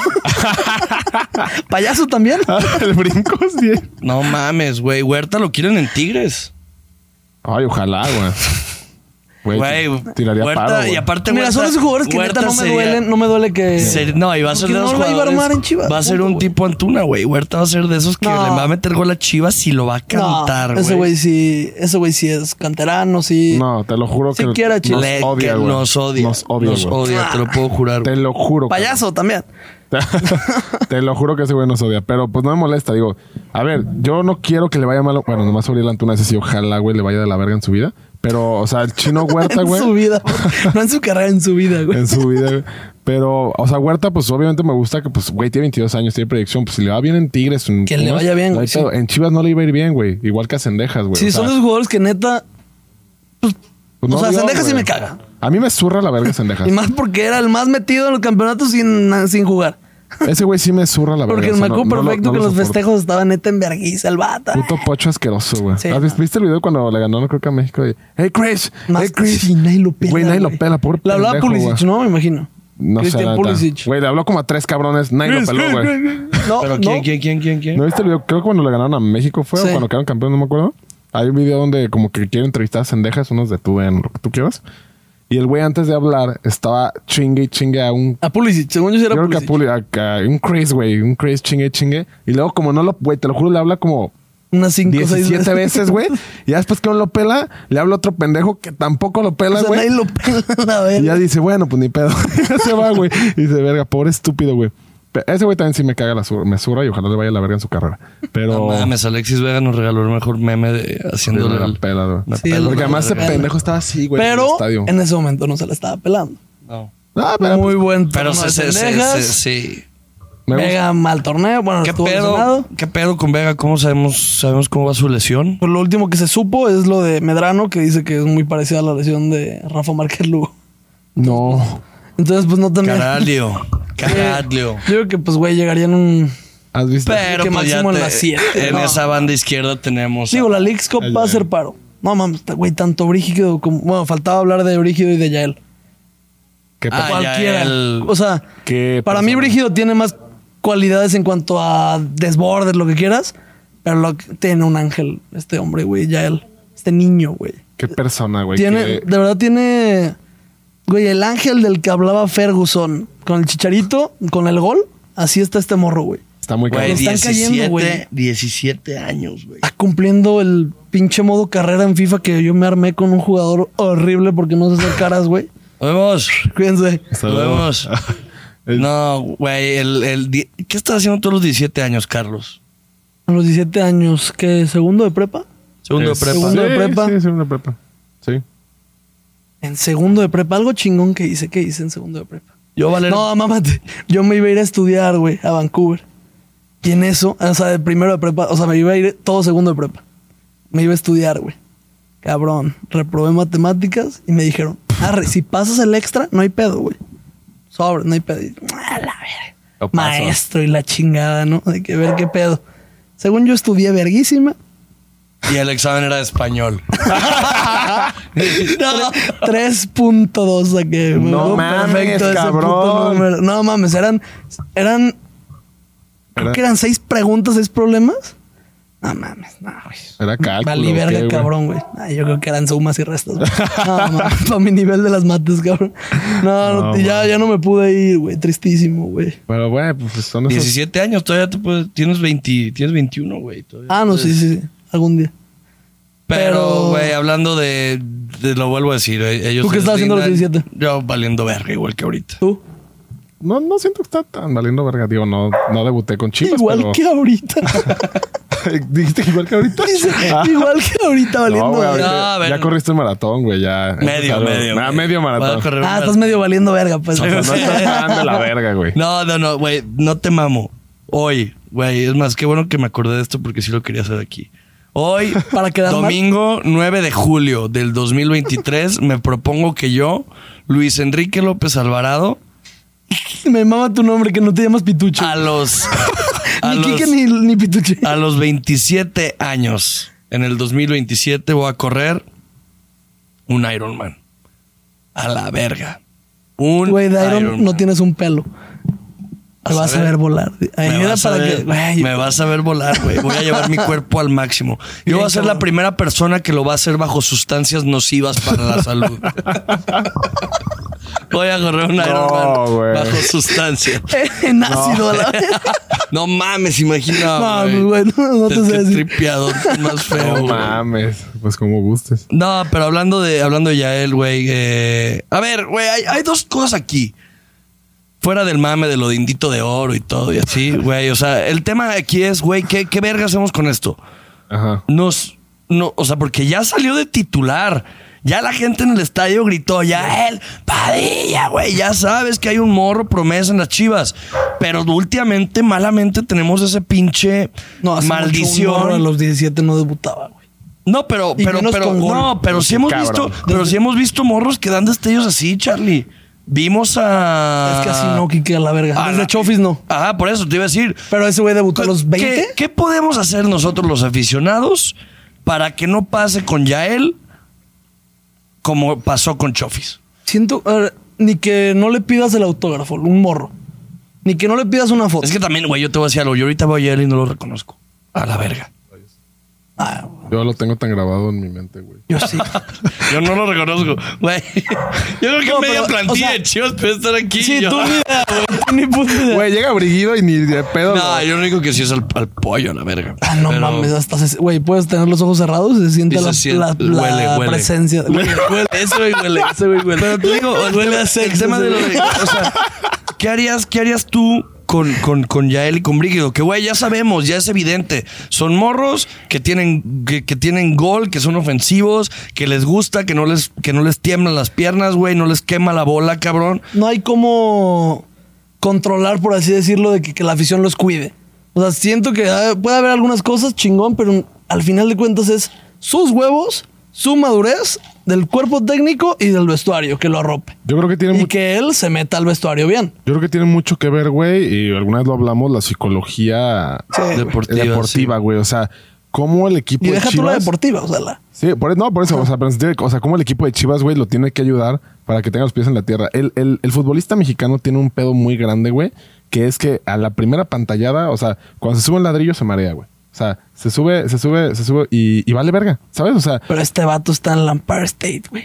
C: payaso también.
A: El (laughs) brinco, sí.
B: No mames, güey. Huerta lo quieren en Tigres.
A: Ay, ojalá, güey. Güey,
B: Güey,
A: tiraría
B: Huerta,
A: paro, güey.
B: y aparte
C: Mira,
B: Huerta-
C: son esos jugadores que
B: Huerta
C: neta no me
B: sería-
C: duelen, no me duele que.
B: ser- no, y va a ser
C: Porque
B: de los
C: no la iba a
B: jugadores-
C: armar en Chivas.
B: Va a ser
C: punto,
B: un
C: güey.
B: tipo Antuna, güey. Huerta va a ser de esos que
C: No.
B: le va a meter gol a Chivas y lo va a
C: No,
B: cantar, güey.
C: ese güey sí, ese güey sí es canterano, sí.
A: No, te lo juro que
C: Siquiera
A: nos
C: chile-
B: Le-
A: odia,
B: que
A: güey.
B: nos odia.
A: Nos odia,
B: Nos
A: güey.
B: odia, te lo puedo jurar.
A: Te
B: güey.
A: lo juro. cabrón.
C: Payaso también.
A: (laughs) Te lo juro que ese güey nos odia. Pero pues no me molesta, digo. A ver, yo no quiero que le vaya mal. Bueno, nomás Uriel Antuna, ese sí, ojalá, güey, le vaya de la verga en su vida. Pero, o sea, el chino Huerta,
C: en
A: güey.
C: su vida. güey. No en su carrera, en su vida, güey.
A: (laughs) En su vida, güey. Pero, o sea, Huerta, pues obviamente me gusta que, pues, güey, tiene 22 años, tiene proyección. Pues si le va bien en Tigres, en
C: Que le
A: Pumas,
C: vaya bien,
A: no hay
C: güey, sí.
A: pedo. En Chivas no le iba a ir bien, güey. Igual que a Cendejas, güey.
C: Sí,
A: O
C: son
A: sea,
C: esos jugadores que neta.
A: pues,
C: o sea,
A: dio,
C: Cendejas sí
A: güey.
C: me caga.
A: A mí me zurra la verga Cendejas.
C: Y más porque era el más metido en los campeonatos sin, sin jugar.
A: Ese güey sí me zurra la Ah, verga.
C: Porque
A: o sea,
C: me
A: no-
C: acuerdo
A: no lo-
C: perfecto
A: no
C: que
A: lo
C: en los
A: soporto.
C: festejos estaba neta en vergüenza el bata.
A: Puto pocho asqueroso, güey.
C: Sí,
A: ¿Has visto,
C: no.
A: viste el video cuando le ganó, no creo que a México? Y, hey, Chris.
C: Más
A: hey, Chris.
C: sí, nadie lo pela.
A: Güey, nadie lo pela, pobre
C: Le hablaba
A: pendejo,
C: Pulisic,
A: güey.
C: ¿no? Me imagino.
A: No sé. la
C: Christian
A: neta.
C: Pulisic.
A: Güey, le habló como a tres cabrones. Nadie lo peló, güey.
C: No,
B: Pero
C: no.
B: ¿quién, quién, quién, quién, quién?
A: ¿No viste el video? Creo que cuando le ganaron a México fue
C: Sí.
A: o cuando quedaron campeón, no me acuerdo. Hay un video donde como que quiere entrevistar a Cendejas, unos de tú en lo que tú quieras. Y el güey antes de hablar estaba chingue y chingue a un...
C: A Pulisic, según yo sí
A: Yo
C: era
A: creo que a
C: Pulisic.
A: Puli- a- a un Chris, güey. Un Chris chingue y chingue. Y luego como no lo... Güey, te lo juro, le habla como
C: Unas 5 (laughs) o 6
A: 17 veces, güey. Y ya después que no lo pela, le habla otro pendejo que tampoco lo
C: O
A: pela,
C: sea,
A: güey.
C: nadie lo pela, a
A: (laughs)
C: ver.
A: Y ya dice, bueno, pues ni pedo. (laughs) ya se va, güey. Y dice, verga, pobre estúpido, güey. Pe- Ese güey también sí me caga la sur- me zurra y ojalá le vaya la verga en su carrera. Pero.
B: No mames, Alexis Vega nos regaló el mejor meme de, haciéndole
A: la
B: el-
A: pela, güey.
B: la
C: Sí,
B: pela,
A: Porque
B: la
A: además ese
B: pela.
A: pendejo estaba así, güey. en el
C: pero
A: estadio.
C: en ese momento no se la estaba pelando.
B: No.
A: Ah, pero.
C: Muy buen
B: Pero
C: torneo
B: se, se,
C: de
B: se,
C: Cendejas.
B: se- sí.
A: me gusta.
C: Vega mal torneo. Bueno,
B: ¿Qué
C: estuvo
B: pedo,
C: lesionado.
B: ¿Qué pedo con Vega? ¿Cómo sabemos, sabemos cómo va su lesión?
C: Pues lo último que se supo es lo de Medrano, que dice que es muy parecida a la lesión de Rafa Márquez Lugo.
A: No.
C: Entonces, pues no también.
B: (laughs) Caralio. Caralio.
C: (laughs) Yo creo que, pues, güey, llegaría en un.
A: ¿Has visto?
B: Pero
C: que
B: pues ya
C: máximo en
B: te-
C: la siete,
B: en
C: no.
B: esa banda izquierda tenemos.
C: Digo, la League's Cup va a ser paro. No mames, güey, tanto Brígido como. Bueno, faltaba hablar de Brígido y de Yael.
A: ¿Qué
B: Ah,
A: pasa?
C: Cualquiera.
B: Yael.
C: O sea,
A: ¿Qué
C: para
A: pasa?
C: mí Brígido tiene más cualidades en cuanto a desbordes, lo que quieras. Pero lo que- tiene un ángel, este hombre, güey, Yael. Este niño, güey.
A: ¿Qué persona, güey?
C: Tiene,
A: ¿Qué-
C: de verdad tiene. Güey, el ángel del que hablaba Ferguson. Con el chicharito, con el gol. Así está este morro, güey.
A: Está muy
B: Güey,
A: caro.
C: Nos están cayendo,
B: 17,
C: güey.
B: 17 años, güey.
C: Está Ah, cumpliendo el pinche modo carrera en FIFA que yo me armé con un jugador horrible porque no sé hacer caras, güey.
B: Nos vemos.
C: Cuídense.
A: Hasta
B: Nos
A: luego. (laughs)
B: vemos.
A: El-
B: No, güey. El, el di- ¿Qué estás haciendo tú a los 17 años, Carlos?
C: A los 17 años, ¿qué? ¿Segundo de prepa?
B: Segundo de
A: Es-
B: prepa.
C: Segundo de
A: Sí,
C: prepa.
A: Sí, segundo de prepa. Sí.
C: En segundo de prepa, algo chingón que hice. ¿Qué hice en segundo de prepa?
B: Yo, Valer.
C: No, mámate. Yo me iba a ir a estudiar, güey, a Vancouver. Y en eso, o sea, de primero de prepa, o sea, me iba a ir todo segundo de prepa. Me iba a estudiar, güey. Cabrón, reprobé matemáticas y me dijeron, arre, si pasas el extra, no hay pedo, güey. Sobre, no hay pedo. Y, "A la verga".
A: Lo paso.
C: Maestro y la chingada, ¿no? Hay que ver qué pedo. Según yo estudié verguísima.
B: (laughs) Y el examen era de español.
C: No. 3.2 saqué. me
A: No
C: acuerdo
A: mames,
C: perfecto ese puto
A: cabrón.
C: número. No mames, eran. Eran. Creo
A: Era-
C: que eran seis preguntas, seis problemas. No mames, no, güey.
A: Era cálculo.
C: Valí verga,
A: ¿qué, güey?
C: cabrón, güey. Ay, yo creo que eran sumas y restas,
A: (laughs)
C: güey. No, (laughs) mames, para mi nivel de las mates, cabrón. No,
A: No,
C: no, ya, ya no me pude ir, güey. Tristísimo, güey.
A: Pero, güey, pues son esos.
B: 17 años, todavía te puedes- tienes, 20, tienes 21, güey. todavía.
C: Ah, no, sí, sí, sí. Algún día.
B: Pero,
C: Pero-
B: güey, hablando de, de- Lo vuelvo a decir. eh, Ellos
C: ¿Tú qué
B: se
C: estabas haciendo a los
B: deslindan.
C: 17?
B: Yo valiendo verga, igual que ahorita.
C: Tú.
A: No, no siento que está tan valiendo verga, digo, no, no debuté con Chivas.
C: Igual
A: pues, pero- (laughs)
C: que ahorita. (laughs)
A: Dijiste que igual que ahorita.
C: Dice,
A: Ah.
C: Igual que ahorita valiendo.
A: No, güey,
C: verga.
A: ahorita
B: No, a ver.
A: ya corriste el maratón, güey, ya.
B: Medio,
A: Empezaron-
B: medio.
A: Ah,
B: güey.
A: medio
B: Voy a
A: maratón.
B: correr
C: Ah,
B: una- (laughs)
C: estás medio valiendo verga, pues.
A: O sea, no estás tan de la verga, güey.
B: No, no, no, güey, no te mamo. Hoy, güey, es más, qué bueno que me acordé de esto porque sí lo quería hacer aquí. Hoy,
C: (laughs) Para quedar mal.
B: domingo 9 de julio del
C: (laughs)
B: 2023, me propongo que yo, Luis Enrique López Alvarado,
C: (laughs) Me mama tu nombre, que no te llamas Pitucho. (laughs)
B: a los, a
C: ni
B: los,
C: Kike ni, ni Pitucho.
B: a los 27 años, en el 2027, voy a correr un Ironman. A la verga. Un
C: Güey, de Iron, no
B: Ironman.
C: tienes un pelo. Te
B: Vas a
C: vas a
B: ver.
C: ver volar. Ahí
B: me
C: era
B: vas,
C: para
B: a ver,
C: que. güey,
B: me vas a ver volar, güey. Voy a llevar mi cuerpo al máximo. Yo
C: Bien,
B: voy a ser la
C: cabrón.
B: primera persona que lo va a hacer bajo sustancias nocivas para la salud. Voy a correr un Ironman
A: güey.
B: bajo sustancias.
C: (laughs) en ácido, a la
B: (laughs)
C: vez.
B: No mames,
C: No,
B: imagina.
C: pues, güey, no- no te
B: Qué-
C: sé
B: qué
C: decir.
B: tripeado más feo.
A: No
B: güey.
A: mames. Pues como gustes.
B: No, pero hablando de, hablando de Yael, güey. eh, a ver, güey, hay, hay dos cosas aquí. Fuera del mame de lo de Indito de Oro y todo y
C: (laughs)
B: así, güey. O sea, el tema aquí es, güey, ¿qué, ¿qué verga hacemos con esto?
A: Ajá.
B: Nos. No, o sea, porque ya salió de titular. Ya la gente en el estadio gritó, Yael, Padilla, güey. Ya sabes que hay un morro promesa en las chivas. Pero últimamente, malamente, tenemos ese pinche
C: No, hace mucho un morro
B: maldición.
C: A los 17 no debutaba, güey.
B: No, pero,
C: Y
B: pero,
C: menos
B: pero,
C: con gol.
B: no, pero sí hemos
A: Cabrón.
B: visto, pero sí hemos visto morros que dan destellos así, Charlie. Vimos a.
C: Es que así no, Kike, a la verga.
B: Ah. a
C: Desde
B: la-
C: Chofis no.
B: Ajá, por eso te iba a decir.
C: Pero ese güey debutó a los 20.
B: ¿Qué, qué podemos hacer nosotros los aficionados para que no pase con Yael como pasó con Chofis?
C: Siento. a ver, ni que no le pidas el autógrafo, un morro. Ni que no le pidas una foto.
B: Es que también, güey, yo te voy a decir algo. Yo ahorita voy a Yael y no lo reconozco. A la verga.
C: Ah, güey,
A: Yo lo tengo tan grabado en mi mente, güey.
B: (laughs)
C: yo sí.
B: Yo no lo reconozco, (laughs) güey. Yo creo que
C: No,
B: media
C: pero,
B: plantilla
C: o sea,
B: de chivas puede estar aquí.
C: sí,
B: Yo-
C: tú ni idea, güey. Tú ni puta idea.
A: Güey, llega Briguido y ni de pedo.
B: No,
A: lo-
B: yo lo único que sí es al, al pollo, a la verga.
C: Ah, no
B: Pero-
C: mames, hasta se- Güey, puedes tener los ojos cerrados y se siente
B: y se
C: la,
B: siente-
C: la- la
B: huele, huele.
C: presencia.
B: Huele, huele, ese güey huele, ese güey huele. Pero te digo, el,
C: Huele
B: tema-
C: a
B: el
C: sexo,
B: tema de lo de-
C: ese
B: o sea, ¿qué harías, qué harías tú con, con, con Yael y con Brígido? Que güey, ya sabemos, ya es evidente. Son morros que tienen, que, que tienen gol, que son ofensivos, que les gusta, que no les, que no les tiemblan las piernas, güey, no les quema la bola, cabrón.
C: no hay como controlar, por así decirlo, de que, que la afición los cuide. O sea, siento que ah, puede haber algunas cosas chingón, pero al final de cuentas es sus huevos, su madurez del cuerpo técnico y del vestuario que lo arrope.
A: Yo creo que tiene
C: Y
A: mucho.
C: que él se meta al vestuario bien.
A: Yo creo que tiene mucho que ver, güey, y alguna vez lo hablamos, la psicología
C: Sí, güey.
B: Deportiva,
A: deportiva, güey. O sea, cómo el equipo
C: Y
A: de
C: deja tú la
A: Pues Chivas...
C: deportiva, o sea, la...
A: Sí, por, e-, no, por eso. O sea, pero en sentido de- o sea, cómo el equipo de Chivas, güey, lo tiene que ayudar para que tenga los pies en la tierra. El, el- el futbolista mexicano tiene un pedo muy grande, güey, que es que a la primera pantallada, o sea, cuando se sube un ladrillo se marea, güey. O sea, se sube, se sube, se sube y, y vale verga, ¿sabes? O sea, (laughs)
C: Pero este vato está en Lampard State, güey.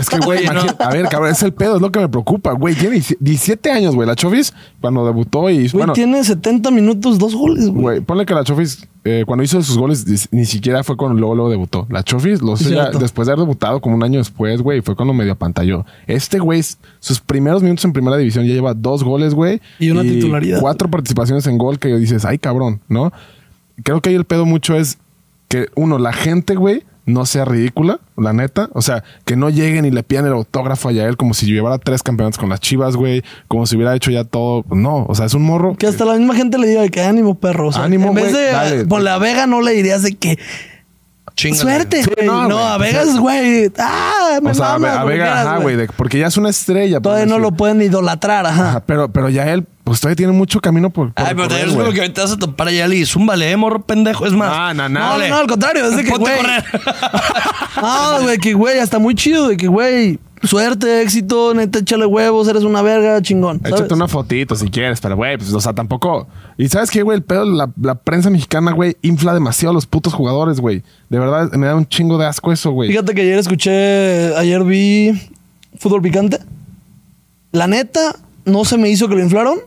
A: es que, güey, imagina- a ver, cabrón, es el pedo, es lo que me preocupa, güey. Tiene 17 años, güey. La Chovis, cuando debutó y,
C: Güey,
A: bueno,
C: tiene 70 minutos, dos goles, güey.
A: Güey, ponle que la Chofis, eh, cuando hizo sus goles, dis- ni siquiera fue cuando luego, luego debutó. La Chofis, lo hizo ya
C: Cierto.
A: después de haber debutado como un año después, güey, fue cuando medio apantalló. Este güey, s- sus primeros minutos en primera división ya lleva dos goles, güey.
C: Y una titularidad.
A: Cuatro participaciones en gol que dices, ay, cabrón, ¿no? Creo que ahí el pedo mucho es que, uno, la gente, güey, no sea ridícula, la neta. O sea, que no lleguen y le pidan el autógrafo a Yael como si llevara tres campeonatos con las chivas, güey, como si hubiera hecho ya todo. No, o sea, es un morro.
C: Que hasta la misma gente le diga de que ánimo, perro. O sea,
A: Ánimo,
C: en vez
A: güey,
C: de
A: dale.
C: por la Vega no le dirías de que
B: Chingale.
C: suerte,
A: Sí,
C: güey.
A: no,
C: no,
A: güey,
C: a
A: o sea-
C: Vegas, güey. Ah, me
A: O sea, a
C: mamas,
A: Ve- a
C: lo que
A: Vega,
C: quieras,
A: ajá, güey, de- porque ya es una estrella.
C: Todavía
A: por
C: no
A: decir.
C: lo pueden idolatrar, ajá.
A: Ajá, pero, pero ya él, pues todavía tiene mucho camino por. por
B: Ay, pero
A: recorrer,
B: también es
A: güey.
B: lo que ahorita vas a topar a Yael y zúmbale, eh, morro pendejo. Es más.
A: No, no, no.
C: No,
B: dale.
C: no, al contrario, es de que,
B: Ponte a
C: güey. (laughs)
B: correr.
C: Ah, güey, que güey, está muy chido, de que güey, suerte, éxito, neta, échale huevos, eres una verga, chingón. ¿sabes?
A: Échate una fotito si quieres, pero güey, pues, o sea, tampoco. Y sabes qué, güey, el pedo, la, la prensa mexicana, güey, infla demasiado a los putos jugadores, güey. De verdad, me da un chingo de asco eso, güey.
C: Fíjate que ayer escuché, ayer vi fútbol picante. La neta, no se me hizo que lo inflaron.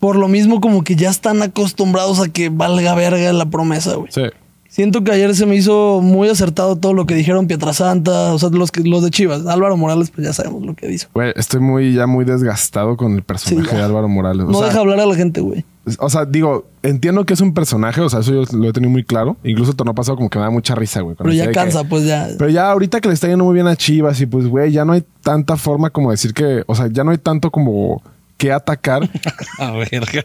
C: Por lo mismo, como que ya están acostumbrados a que valga verga la promesa, güey.
A: Sí.
C: Siento que ayer se me hizo muy acertado todo lo que dijeron Pietrasanta, o sea, los, que- los de Chivas. Álvaro Morales, pues ya sabemos lo que hizo.
A: Güey, estoy muy, ya muy desgastado con el personaje
C: ya.
A: de Álvaro Morales. O
C: No
A: sea,
C: deja hablar a la gente, güey.
A: O sea, digo, entiendo que es un personaje, o sea, eso yo lo he tenido muy claro. Incluso el torneo pasado como que me da mucha risa, güey. cuando
C: Pero ya
A: decía de que-
C: cansa, pues ya.
A: Pero ya ahorita que le está yendo muy bien a Chivas y pues, güey, ya no hay tanta forma como decir que, o sea, ya no hay tanto como qué atacar. (laughs)
B: (laughs) A verga.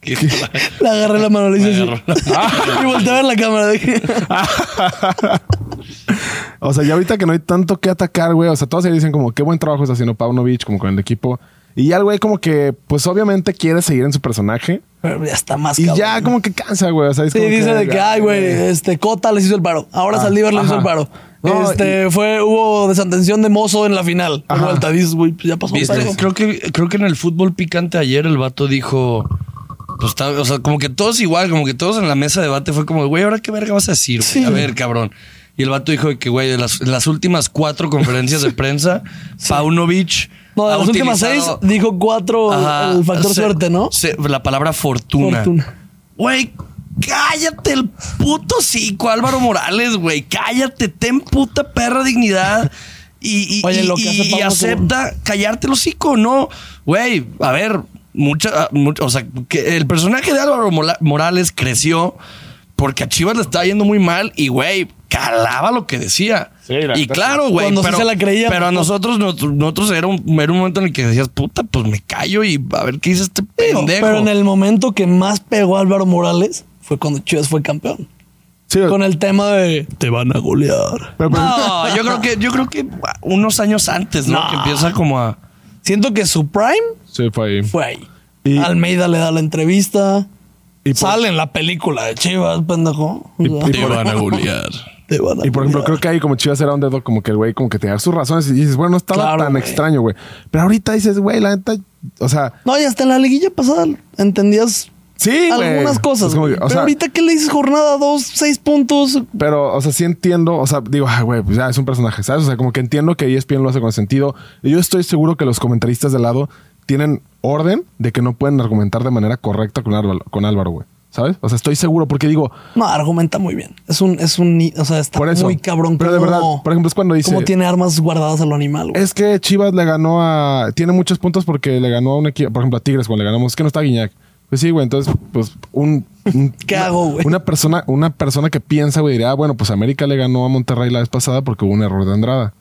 B: Qué la-
C: Le agarré la mano, le hice así.
B: agarró la
C: (laughs) Y volteé a ver la cámara. dije, (laughs)
A: o sea, ya ahorita que no hay tanto que atacar, güey. O sea, todos se dicen como qué buen trabajo está haciendo Paunovic, como con el equipo. Y ya el güey como que, pues obviamente quiere seguir en su personaje.
C: Pero ya está más
A: Y
C: cabrón.
A: ya como que cansa, güey. O sea, es
C: Sí,
A: como
C: dice de que, ay, güey, este, Cota les hizo el paro. Ahora
A: Ah,
C: Saldívar les hizo
A: ajá.
C: el paro.
A: No,
C: este, fue, hubo desatención de mozo en la final.
A: Ajá.
C: Vuelta, dices, güey, pues ya pasó
B: ¿Viste?
C: algo.
B: Creo que, creo que en el fútbol picante ayer el vato dijo. Pues, está- o sea, como que todos igual, como que todos en la mesa de debate fue como, güey, ¿ahora qué verga vas a decir? güey?
C: Sí.
B: A ver, cabrón. Y el vato dijo de que, güey, de las, en las últimas cuatro conferencias de
C: (laughs)
B: prensa, Paunovic.
C: No, de
B: ha
C: las últimas seis
B: utilizado-
C: dijo cuatro
B: Ajá,
C: el eh, factor
B: se-
C: suerte, ¿no?
B: se- la palabra fortuna.
C: Fortuna.
B: Güey, cállate el puto cico, Álvaro Morales, güey. Cállate, ten puta perra dignidad. Y, y-
C: Oye,
B: y-
C: lo que hace
B: y- y
C: Pablo
B: acepta callarte el hocico, no. Güey, a ver, mucha, ah, mucha- o sea, que el personaje de Álvaro Mola- Morales creció porque a Chivas le estaba yendo muy mal y, güey, calaba lo que decía.
A: Sí, la
B: y
A: neta.
B: claro, güey.
C: Cuando sí
B: pero,
C: se la creía,
B: Pero a
C: ¿no?
B: nosotros, nosotros, nosotros era, un, era un momento en el que decías, puta, pues me callo y a ver qué dice este
C: Digo,
B: pendejo.
C: Pero en el momento que más pegó a Álvaro Morales fue cuando Chivas fue campeón.
A: Sí,
C: Con el Ah. tema de te van a golear.
A: pero, pero-
B: No, yo creo que, yo creo que unos años antes, ¿no?
C: No.
B: Que empieza como a.
C: Siento que su prime
A: sí, fue ahí.
C: fue ahí.
A: Y-
C: Almeida le da la entrevista.
A: Y pues, por-
C: sale en la película de Chivas, pendejo. O
A: Y-
C: sea,
A: y- Te van
B: a golear.
C: te van a
A: Y por ejemplo, creo
C: golear.
A: que ahí como Chivas era un dedo, como que el güey, como que tenía sus razones y dices, bueno, no estaba
C: Claro,
A: tan
C: güey.
A: extraño, güey. Pero ahorita dices, güey, la neta, o sea,
C: No, y hasta en la liguilla pasada entendías
A: sí, güey.
C: algunas cosas.
A: Es como que,
C: güey.
A: o
C: pero
A: sea,
C: ahorita que le dices jornada 2, 6 puntos.
A: Pero, o sea, sí entiendo, o sea, digo, ah, güey, pues ya es un personaje, ¿sabes? O sea, como que entiendo que E ESPN lo hace con sentido. Y yo estoy seguro que los comentaristas de lado tienen orden de que no pueden argumentar de manera correcta con Álvaro, con Álvaro, güey. ¿Sabes? O sea, estoy seguro porque digo,
C: No, argumenta muy bien. Es un, es un, ni- o sea, está
A: Por eso.
C: muy cabrón.
A: Pero de
C: cómo-
A: verdad, por ejemplo, es cuando dice-
C: Cómo tiene armas guardadas a lo animal, güey.
A: es que Chivas le ganó a. Tiene muchos puntos porque le ganó a un equipo, por ejemplo, a Tigres cuando le ganamos. Es que no está Guiñac. Pues sí, güey, entonces, pues un. un-
C: (laughs) ¿Qué
A: una-
C: hago, güey?
A: Una persona, una persona que piensa, güey, diría, ah, bueno, pues América le ganó a Monterrey la vez pasada porque hubo un error de Andrada.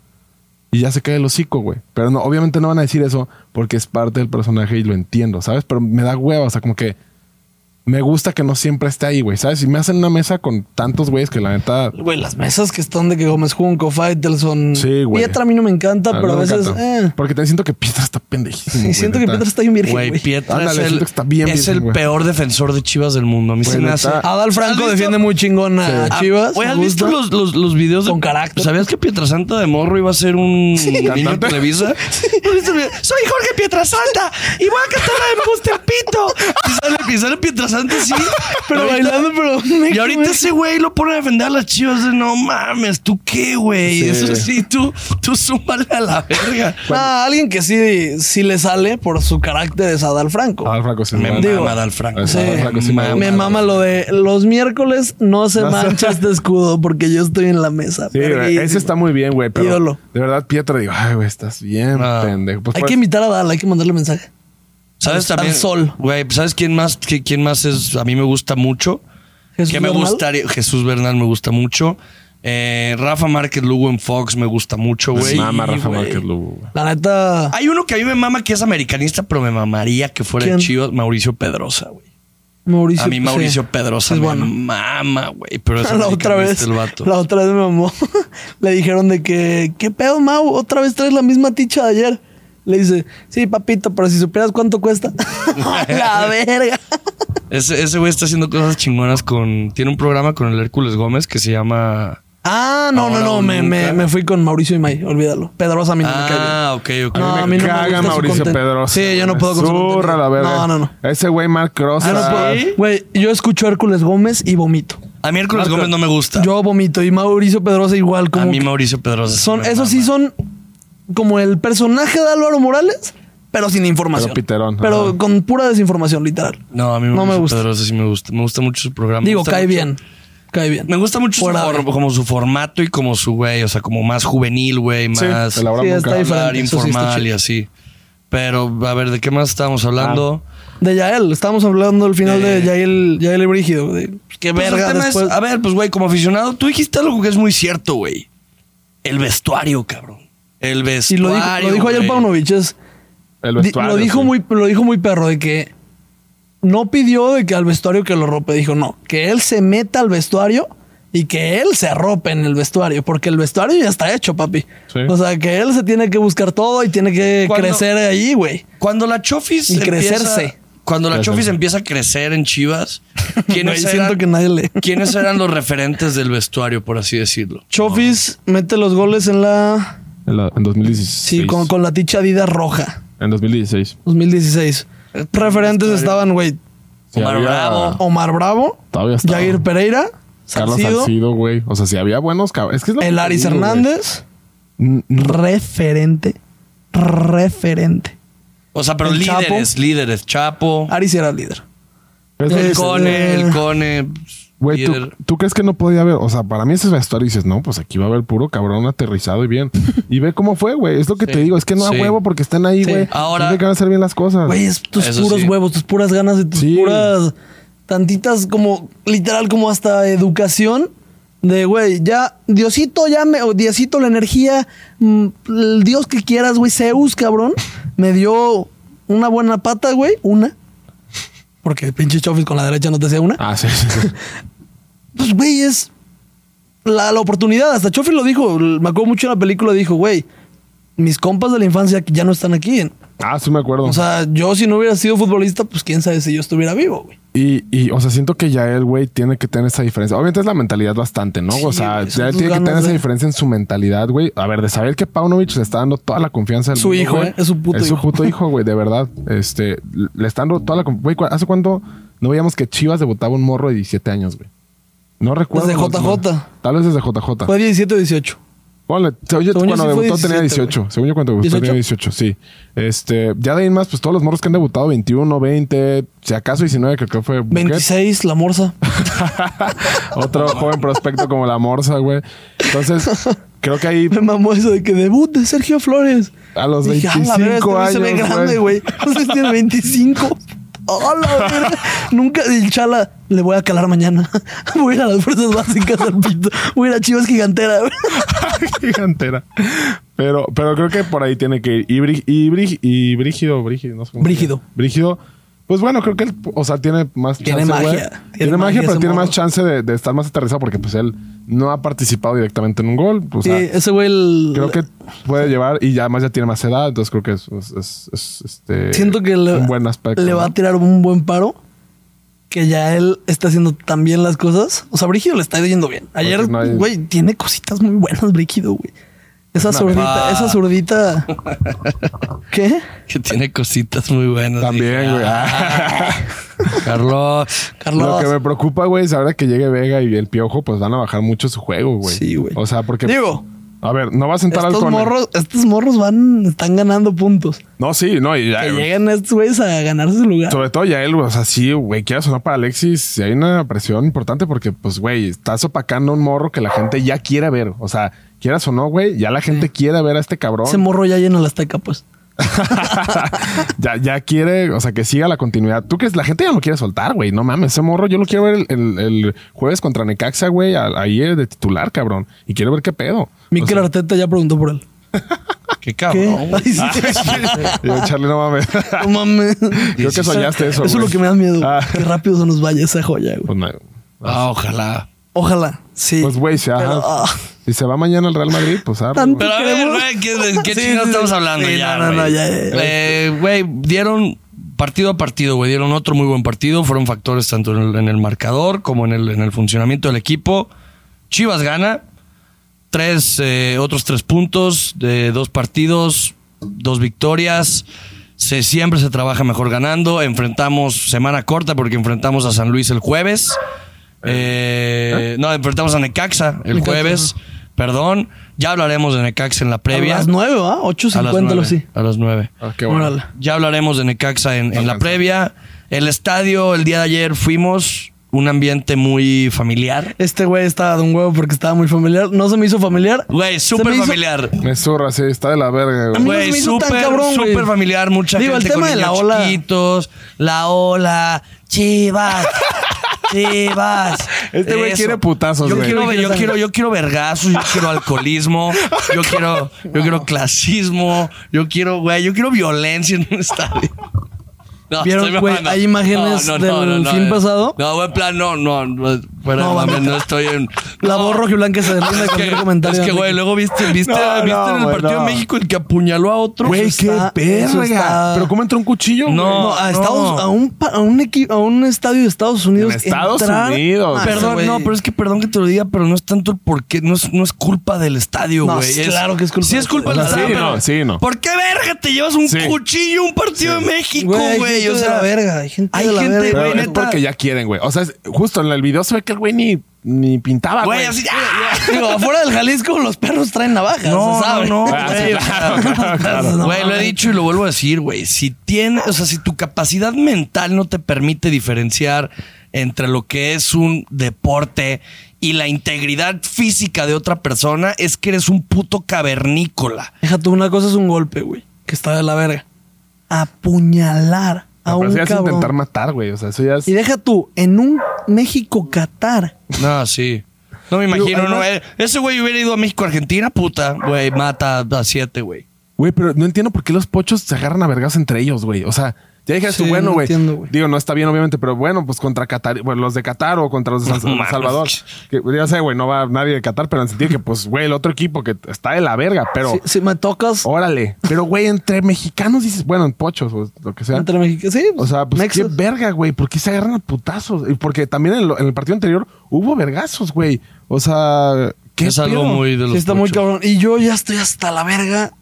A: Y ya se cae el hocico, güey. Pero no, obviamente no van a decir eso porque es parte del personaje y lo entiendo, ¿sabes? Pero me da hueva, o sea, como que me gusta que no siempre esté ahí, güey, ¿sabes? Si me hacen una mesa con tantos güeyes que la neta.
C: Güey, las mesas que están de que Gómez Junco, Faitelson.
A: Sí, güey.
C: Pietra a mí no me encanta, pero
A: no
C: a
A: me
C: veces.
A: encanta.
C: eh.
A: Porque te siento que Pietra está pendejísimo.
C: Sí,
A: güey,
C: (laughs) siento que
A: neta.
C: Pietra está bien virgen,
B: Güey,
C: güey.
B: Pietra
A: Ándale,
B: es el,
A: siento que está bien
B: es
A: virgen,
B: el
A: güey.
B: peor defensor de Chivas del mundo. A mí se
A: Güey,
B: me hace.
A: neta.
C: Adal Franco
B: ¿Has visto-
C: defiende muy chingón a
A: Sí.
C: Chivas.
B: Ah, Güey, ¿has
C: me
B: visto
C: gusta.
B: los, los, los videos de. Pues,
C: Con carácter.
B: ¿Sabías que Pietrasanta de morro iba a ser
C: (laughs)
B: un niño de
A: Cantante.
B: Televisa? Soy Jorge Pietrasanta y voy a cantar la de Buster Pito. Y sale, y sale Pietrasanta,
C: (laughs)
B: sí.
C: (laughs) Pero
B: Ahorita-
C: bailando, pero.
B: Y ahorita ese güey lo pone a defender a las chivas de no mames, ¿tú qué, güey?
A: Sí.
B: Eso sí, tú, tú súmale a la verga.
C: (laughs) Ah, alguien que sí, sí le sale por su carácter es Adal Franco.
A: Adal Franco sí.
B: Me
A: me-
C: Digo,
B: mama Dal Franco.
A: Sí.
B: Me
A: Adal Franco sí me
B: mama.
C: Me mama lo de los miércoles no se
A: No se-
C: mancha este escudo porque yo estoy en la mesa.
A: Sí, güey,
C: Verguísimo.
A: ese está muy bien, güey. Pero
C: Ídolo.
A: de verdad, Pietra, digo, ay, güey, estás bien,
B: Ah.
A: pendejo. Pues,
C: Hay
A: por-
C: que invitar a Adal, hay que mandarle mensaje.
B: ¿Sabes
C: Al-
B: también?
C: al sol.
B: Güey, ¿sabes quién más, qué- quién más es? A mí me gusta mucho.
C: ¿Jesús
B: que me
C: Bernal?
B: gustaría. Jesús Bernal me gusta mucho. Eh, Rafa Márquez Lugo en Fox me gusta mucho,
A: Me
B: güey.
A: pues, mama Rafa
B: Güey.
A: Márquez Lugo, güey.
C: La neta.
B: Hay uno que a mí me mama que es americanista, pero me mamaría que fuera de
C: ¿Quién?
B: Chivas, Mauricio Pedrosa, güey.
C: Mauricio.
B: A mí Mauricio
C: sí.
B: Pedrosa
C: Es
B: me
C: bueno.
B: mama, güey. Pero es
C: (laughs) la
B: americanista
C: otra vez,
B: este el vato.
C: la otra vez me mamó. (laughs) Le dijeron de que, ¿qué pedo, Mau? Otra vez traes la misma ticha de ayer. Le dice, sí, papito, pero si supieras cuánto cuesta. (laughs) la verga. (laughs)
B: Ese, ese güey está haciendo cosas chingonas con. Tiene un programa con el Hércules Gómez que se llama.
C: Ah, no,
B: Ahora
C: no,
B: o
C: no, me,
B: nunca.
C: me, me fui con Mauricio y May, olvídalo. Pedrosa a mí no me cae bien.
B: Ah, ok, ok.
C: No, a mí no me
A: caga
C: gusta su
A: Mauricio
C: contenido.
A: Pedrosa.
C: Sí, yo no puedo con su
A: Zurra
C: contenido.
A: la verga.
C: No, no, no.
A: Ese güey, Mark Cross. ah,
C: Yo no puedo.
B: ¿sí?
C: Güey, yo escucho a Hércules Gómez y vomito.
B: A mí Hércules Gómez no me gusta.
C: Yo vomito y Mauricio Pedrosa igual como
B: a mí
C: que
B: Mauricio Pedrosa. sí
C: son
B: me
C: esos sí
B: mama.
C: son como el personaje de Álvaro Morales, pero sin información.
A: Pero piterón,
C: Pero
A: ajá.
C: con pura desinformación literal.
B: No, a mí
C: No me
B: Mauricio
C: gusta.
B: Pedrosa sí me gusta. Me gusta mucho su programa. Me
C: Digo,
B: gusta
C: cae
B: mucho-
C: bien. Cae bien.
B: Me gusta mucho su
C: Fuera de-
B: for- como su formato y como su güey. O sea, como más juvenil, güey.
A: Sí,
B: Más
A: te la
C: Sí, está
A: nunca.
B: hablar
C: diferente, eso sí está
B: informal y
C: chido. Ah,
B: así. Pero, a ver, ¿de qué más estábamos hablando?
C: De Yael, estábamos hablando al final
B: Eh.
C: de Yael, Yael y Brígido. de- qué
B: Pues el
C: verga
B: tema es-
C: después. ah,
B: a ver, pues, güey, como aficionado, tú dijiste algo que es muy cierto, güey. El vestuario, cabrón. El
C: y lo
B: vestuario.
C: dijo, lo dijo ayer
B: güey.
C: Paunovic, es
A: El
C: Di-
A: vestuario.
C: lo, dijo
A: sí.
C: muy, lo dijo muy perro de que no pidió de que al vestuario que lo rope. Dijo, no, que él se meta al vestuario y que él se arrope en el vestuario, porque el vestuario ya está hecho, papi.
A: Sí.
C: O sea, que él se tiene que buscar todo y tiene que
B: Cuando-
C: crecer ahí, güey.
B: Cuando la Chofis.
C: Y
B: empieza-
C: crecerse.
B: Cuando la
A: Crecerse.
B: Chofis empieza a crecer en Chivas,
C: (laughs) Güey,
B: ¿quiénes,
C: siento
B: eran,
C: que nadie le.
B: ¿quiénes eran los referentes del vestuario, por así decirlo?
C: Chofis mete los goles en la.
A: En, la- en 2016.
C: Sí, con, con la ticha Adidas roja,
A: En 2016.
C: 2016. Referentes estaban, güey,
A: Sí,
B: Omar Bravo.
C: Omar Bravo,
A: Todavía estaba.
C: Jair Pereira,
A: Carlos
C: Salcido,
A: Salcido, güey. O sea, si había buenos cab- Es que es lo que
C: el
A: te
C: Aris
A: digo, güey.
C: Hernández.
A: N- n-
C: referente. Referente.
B: O sea, pero
C: El Chapo.
B: líderes, líderes. Chapo,
C: Ari sí era líder.
A: es lo que-
B: el
C: Este-
B: Cone, el Cone.
A: Güey, ¿tú,
B: líder.
A: tú crees que no podía haber? O sea, para mí ese vestuario dices, no, pues aquí va a haber puro cabrón aterrizado y
C: (laughs)
A: bien. Y ve cómo fue, güey. Es lo que te digo. Es que no a
B: Sí.
A: huevo porque están ahí,
C: Sí.
A: güey.
B: Ahora-
A: Tienen que van a hacer bien las cosas.
C: Güey, es tus
B: Eso
C: puros
B: sí.
C: huevos, tus puras ganas y tus
A: Sí.
C: puras tantitas como literal como hasta educación de güey, ya Diosito ya me o Diosito la energía, mm, el Dios que quieras, güey, Zeus, cabrón, me dio una buena pata, güey, una. Porque el pinche Chofis con la derecha no te hacía una.
A: Ah, sí, sí,
C: (laughs)
A: sí.
C: pues, güey, es la, la oportunidad. Hasta Chofi lo dijo. Me acuerdo mucho en la película, dijo, güey, mis compas de la infancia ya no están aquí.
A: Ah, sí me acuerdo.
C: O sea, yo si no hubiera sido futbolista, pues quién sabe si yo estuviera vivo, güey.
A: Y, y, o sea, siento que ya el güey tiene que tener esa diferencia. Obviamente es la mentalidad bastante, ¿no? o
C: Sí,
A: sea,
C: güey, son
A: ya él tiene
C: sus
A: que
C: ganas
A: tener esa
C: de-
A: diferencia en su mentalidad, güey. A ver, de saber que Paunovic le está dando toda la confianza. Del
C: Su
A: mundo,
C: hijo,
A: güey.
C: ¿eh? Es su puto
A: Es su
C: hijo.
A: puto
C: (laughs)
A: hijo, güey, de verdad. Este, le está dando toda la confianza. Güey, ¿cu- ¿hace cuánto no veíamos que Chivas debutaba un morro de 17 años, güey? No recuerdo.
C: Desde JJ.
A: No. Tal vez desde JJ.
C: Fue 17 o 18.
A: Ponle, según yo,
C: Según yo
A: cuando
C: sí fue
A: debutó tenía
C: 17,
A: 18. Según yo cuando debutó tenía 18, sí. Este, ya de ahí en más, pues todos los morros que han debutado, 21, 20, si acaso 19, creo que fue. Buquet.
C: 26, la morsa.
A: (laughs) Otro joven prospecto como la Morsa, güey. Entonces, creo que
C: (laughs)
A: ahí
C: Me mamó eso de que debute Sergio Flores.
A: a los
C: Dije, "Ah, la
A: 25
C: verga, este güey
A: años.
C: Se ve grande,
A: güey.
C: güey. Entonces tiene 25. Hola, verga. Nunca, el chala, le voy a calar mañana. (laughs) Voy a ir a las fuerzas básicas al pito. Voy a ir a Chivas Gigantera. güey.
A: Gigantera. Pero, pero creo que por ahí tiene que ir. Y, Brí- y, Brí- y Brígido, Brígido, no sé cómo se
C: Brígido.
A: llama. Brígido. Pues bueno, creo que él, o sea, tiene más
C: Tiene
A: chance, güey.
C: magia.
A: Tiene,
C: Tiene
A: magia,
C: magia
A: pero
C: ese
A: tiene más
C: morro.
A: chance de, de estar más aterrizado porque pues él no ha participado directamente en un gol. O
C: Sí,
A: sea,
C: ese güey, el-
A: creo que puede llevar y ya además ya tiene más edad, entonces creo que es, es- es- es, este,
C: siento que le,
A: un buen aspecto.
C: le va a
A: ¿no?
C: tirar un buen paro. Que ya él está haciendo tan bien las cosas. O sea, Brígido le está yendo bien. Ayer,
A: Porque no hay-
C: güey, tiene cositas muy buenas, Brígido, güey. Esa zurdita,
B: mamada.
A: (laughs)
C: esa zurdita. ¿Qué?
B: Que tiene cositas muy buenas.
A: También,
B: Dije,
A: güey. (laughs)
B: "Ah, Carlos.
C: Carlos.
A: Lo que me preocupa, güey, es ahora que llegue Vega y el Piojo, pues van a bajar mucho su juego, güey.
C: Sí, güey.
A: O sea, porque...
C: Digo,
A: A ver, no va a sentar al
C: Estos
A: Cone.
C: morros, estos morros van, están ganando puntos.
A: No, sí, no. Y ya,
C: Que
A: güey.
C: lleguen estos güeyes a ganarse su lugar.
A: sobre todo ya él, güey. O sea, sí, güey, quiera sonar para Alexis. sí Hay una presión importante porque, pues, güey, estás opacando a un morro que la gente ya quiere ver. O sea, quieras o no, güey, ya la gente quiere ver a este cabrón.
C: Ese morro ya llena la estaca, pues.
A: (laughs) ya, ya quiere, o sea, que siga la continuidad. Tú que la gente ya lo quiere soltar, güey. No mames, ese morro. Yo lo quiero ver el, el- el jueves contra Necaxa, güey, a- ahí eh, de titular, cabrón. Y quiero ver qué pedo.
C: Mikel
A: O sea,
C: Arteta ya preguntó
A: (laughs)
C: por él.
B: Qué
C: ¿Qué?
B: cabrón. güey.
C: Ay, sí.
A: yo, Charlie, no mames.
C: No mames.
A: Creo que soñaste eso,
C: Eso es
A: güey.
C: lo que me da miedo.
A: Ah.
C: Que rápido se nos vaya esa joya, güey.
A: pues, no.
B: Ah, ojalá.
C: Ojalá. Sí.
A: Pues, güey, si, ajá.
C: Pero, ah,
A: si se va mañana al Real Madrid, pues, ah,
C: Tanto.
B: Pero a ver,
C: Queremos-
B: güey, ¿qué, de qué
C: (laughs) Sí,
B: chingados
C: sí,
B: estamos
C: sí.
B: hablando
C: Sí,
B: ya?
C: no, no, no,
B: güey?
C: ya, ya, ya.
B: Eh, Güey, dieron partido a partido, güey. Dieron otro muy buen partido. Fueron factores tanto en el, en el marcador como en el, en el funcionamiento del equipo. Chivas gana. Tres, eh, otros tres puntos de dos partidos, dos victorias. Se, siempre se trabaja mejor ganando. Enfrentamos semana corta porque enfrentamos a San Luis el jueves. Eh, No, enfrentamos a Necaxa el
C: Necaxa,
B: jueves. Perdón, ya hablaremos de Necaxa en la previa.
C: A las 9, ¿va?
B: A las
C: 8.50 lo
B: nueve,
C: sí.
B: A las 9.
A: ah, qué bueno.
C: Órale.
B: Ya hablaremos de Necaxa en, en la
A: Alcanza.
B: previa. El estadio, el día de ayer fuimos, un ambiente muy familiar.
C: Este güey estaba de un huevo porque estaba muy familiar. No se me hizo familiar.
B: Güey,
C: Se me
B: súper
C: hizo-
B: familiar.
A: Me zurra, sí, está de la verga,
C: A
A: güey.
C: mí no se
B: Güey,
C: me hizo tan
B: súper,
C: cabrón, güey.
B: súper familiar, mucha
C: Digo, el
B: gente
C: tema
B: con
C: de la
B: niños
C: ola. (laughs)
B: chiquitos, la ola, chivas. Chivas.
A: Este güey
B: Eso.
A: quiere putazos,
B: Yo
A: güey.
B: quiero,
C: Yo
B: yo
C: quiero-
B: quiero, yo quiero vergazos, yo quiero alcoholismo, yo quiero, yo quiero clasismo, yo quiero, güey, yo quiero violencia en un estadio. No,
C: ¿Vieron,
B: estoy
C: güey?
B: mamando.
C: Hay imágenes del
B: eh.
C: fin pasado.
B: No, buen plan, no, no, no, fuera de
C: No,
B: mame,
C: mamita.
B: no estoy en.
C: La
B: no.
C: voz
B: (laughs)
C: rojiblanca se derrite
B: Es
C: de
B: que,
C: cualquier comentario.
B: es que, güey,
C: Enrique.
B: luego viste, viste,
A: No,
B: viste
A: no,
B: en el
A: güey,
B: partido
A: no.
B: de México el que apuñaló a otro.
A: Güey,
C: eso
A: qué
C: está- eso
A: verga.
C: está-
A: Pero cómo entra un cuchillo, güey?
B: No,
C: No, a, Estados,
B: no.
C: a, un, pa- a, un equi- a un estadio de Estados Unidos.
A: Estados
C: entrar-
A: Unidos,
C: Ah,
B: Perdón,
C: güey.
B: no, pero es que perdón que te lo diga, pero no es tanto el porqué, no es, no es culpa del estadio,
C: No,
B: güey.
C: es claro que es culpa
B: Sí,
C: del
B: es culpa del
A: estadio.
B: estadio.
A: Sí,
B: pero
A: no, sí, no.
B: ¿Por qué verga te llevas un
A: Sí.
B: cuchillo a un partido de México,
C: Güey, hay
B: güey?
C: gente
B: O
C: de
B: sea,
C: la verga, hay gente
B: hay
C: de la
B: gente,
C: verga.
A: Pero
B: güey,
A: es
B: neta.
A: porque ya quieren, güey. O sea, es- justo en el video se ve que el güey ni, ni pintaba,
B: Güey,
A: güey.
C: (laughs)
B: así. ¡ah!
C: Digo, afuera del Jalisco los perros traen navajas.
B: No,
C: se sabe. (laughs)
B: no, no,
A: Ah, sí,
B: güey, o
A: claro,
B: sea,
A: claro, claro.
C: No,
B: Güey, lo he
C: mames.
B: dicho y lo vuelvo a decir, güey. Si tiene, o sea, si tu capacidad mental no te permite diferenciar entre lo que es un deporte y la integridad física de otra persona, es que eres un puto cavernícola.
C: Déjate, una cosa es un golpe, güey, que está de la verga. Apuñalar a
A: Pero
C: un
A: sí ya es
C: cabrón.
A: intentar matar, güey. O sea, eso ya es.
C: Y deja tú, en un México-Qatar.
B: No, sí. No me
C: Digo,
B: imagino, no.
C: además-
B: eh, Ese güey hubiera ido a México, Argentina, puta, güey, mata a siete, güey.
A: Güey, pero no entiendo por qué los pochos se agarran a vergas entre ellos, güey. O sea, ya dijeras tú,
C: Sí,
A: bueno,
C: no
A: güey.
C: entiendo, güey.
A: Digo, no está bien, obviamente, pero bueno, pues contra Qatar, bueno, los de Qatar o contra los de San-
B: No mames.
A: Salvador. Que, pues, ya sé, güey, no va nadie de Qatar, pero en el sentido que, pues, güey, el otro equipo que está de la verga, pero.
C: Si, si me tocas
B: Oh,
A: Órale. Pero, güey, entre mexicanos dices, bueno, en pochos o lo que sea.
C: entre México. Sí,
A: O sea, pues
C: mexas.
A: qué verga, güey. ¿Por qué se agarran a putazos? Y porque también en, lo- en el partido anterior hubo vergazos, güey. O sea, qué
B: Es algo
A: pedo?
B: muy de los
C: Sí, está muy
B: pochos.
C: cabrón. Y yo ya estoy hasta la verga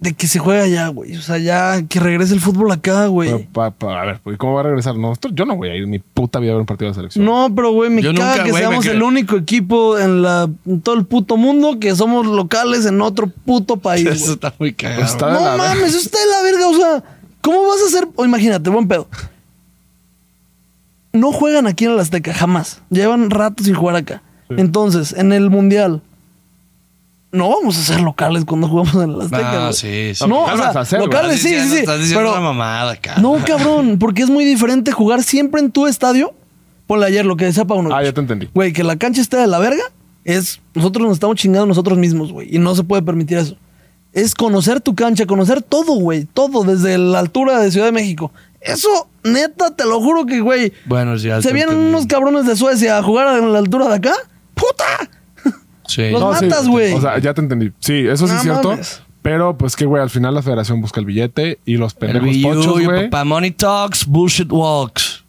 C: de que se juega ya, güey. O sea, ya que regrese el fútbol acá,
A: Pero,
C: güey.
A: pa- pa- a ver, güey, ¿cómo va a regresar? No, esto- yo no voy a ir mi puta vida a ver un partido de selección.
C: No, pero güey, me
B: pues, Yo
C: caga
B: nunca,
C: que
B: güey, me
C: seamos
B: caga.
C: el único equipo en, la, en todo el puto mundo que somos locales en otro puto país.
B: (laughs)
C: güey.
B: Eso está muy cagado.
A: Pues está- de la
C: No
A: verga.
C: mames, eso está de la verga. O sea, ¿cómo vas a hacer? O imagínate, buen pedo. No juegan aquí en el Azteca, jamás. Llevan rato sin jugar acá. Entonces, en el Mundial, no vamos a ser locales cuando jugamos en el Azteca.
B: Ah,
C: güey.
B: sí, sí.
C: No,
A: ¿Qué
C: o
A: vas
C: sea,
A: a hacer, güey?
C: locales, sí, sí, sí.
B: Estás diciendo una
C: Pero,
B: mamada, cabrón.
C: no, cabrón, porque es muy diferente jugar siempre en tu estadio. Ponle ayer lo que decía Pauno.
A: Ah, ya te entendí.
C: Güey, que la cancha esté de la verga es. Nosotros nos estamos chingando nosotros mismos, güey. Y no se puede permitir eso. Es conocer tu cancha, conocer todo, güey. Todo, desde la altura de Ciudad de México. Eso, neta, te lo juro que, güey.
B: Bueno, sí, ya
C: Se
B: te
C: vienen
B: entendí.
C: unos cabrones de Suecia a jugar en la altura de acá. ¡Puta!
B: Sí.
C: Los
A: No, sí,
C: matas, güey.
A: O sea, ya te entendí. Sí, eso sí
C: No
A: es cierto.
C: mames.
A: Pero, pues, que, güey, al final la federación busca el billete y los
B: El
A: pendejos pochos, güey.
B: papá, money talks, bullshit walks.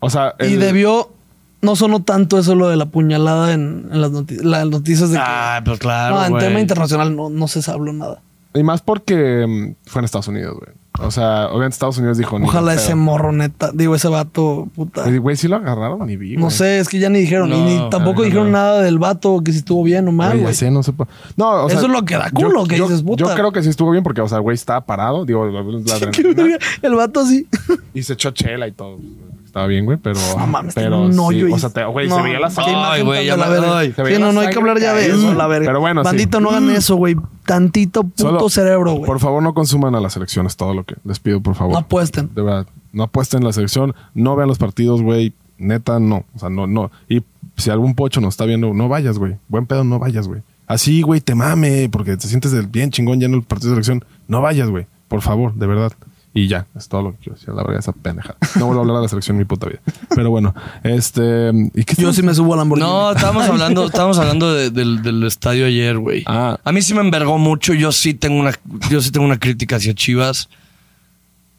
A: O sea,
C: Y
A: el-
C: debió. No sonó tanto eso lo de la puñalada en, en las, noti- las noticias de que.
B: Ah, pues claro,
C: no, en
B: güey.
C: tema internacional no, no se habló nada.
A: y más porque mm, fue en Estados Unidos, güey. O sea, obviamente Estados Unidos dijo... ni
C: Ojalá
A: pedo.
C: ese morro neta, digo, ese vato, puta.
A: Y, Güey, sí lo agarraron ni vi,
C: No
A: güey.
C: sé, es que ya ni dijeron, y
B: No,
C: ni tampoco
A: ajá,
C: dijeron
A: no.
C: nada del vato, que si estuvo bien o mal,
A: Güey, ya
C: güey.
A: sé, no sé por- No, o sea,
C: Eso es lo que da culo, que dices, puta.
A: Yo creo que sí estuvo bien porque, o sea, el güey estaba parado, digo, la- la
C: (laughs) Qué
A: adrenalina,
C: verga, El vato así.
A: y se echó chela y todo. Estaba bien, güey, pero.
C: No mames,
A: pero
C: tiene un
A: sí,
C: hoyo. y-
A: o sea, te- güey,
C: no,
A: se veía la
C: qué
A: sangre.
B: Ay,
C: imagen
B: güey,
C: tan
B: ya
C: de la
B: me-
C: verga.
B: ay,
A: se veía
C: Sí, no,
A: la
C: no hay que
A: sangre
C: hablar ya de
A: caer.
C: eso, la verga.
A: Pero bueno, sí.
C: Bandito, no hagan eso, güey. Tantito puto
A: Solo-
C: cerebro, güey.
A: Por favor, no consuman a las elecciones todo lo que les pido, por favor.
C: No apuesten.
A: De verdad, no apuesten a la selección, no vean los partidos, güey. Neta, no. O sea, no, no. Y si algún pocho nos está viendo, no vayas, güey. Buen pedo, no vayas, güey. Así, güey, te mame, porque te sientes del bien chingón ya en el partido de selección. No vayas, güey. Por favor, de verdad. Y ya, es todo lo que quiero decir. La verdad, esa pendejada. No vuelvo a hablar de la selección en mi puta vida. Pero bueno, este. ¿Y qué
C: Yo sí me subo al Lamborghini.
B: No, estábamos hablando, estábamos hablando de- del, del estadio ayer, güey.
A: Ah.
B: A mí sí me envergó mucho. Yo sí tengo una, yo sí tengo una crítica hacia Chivas.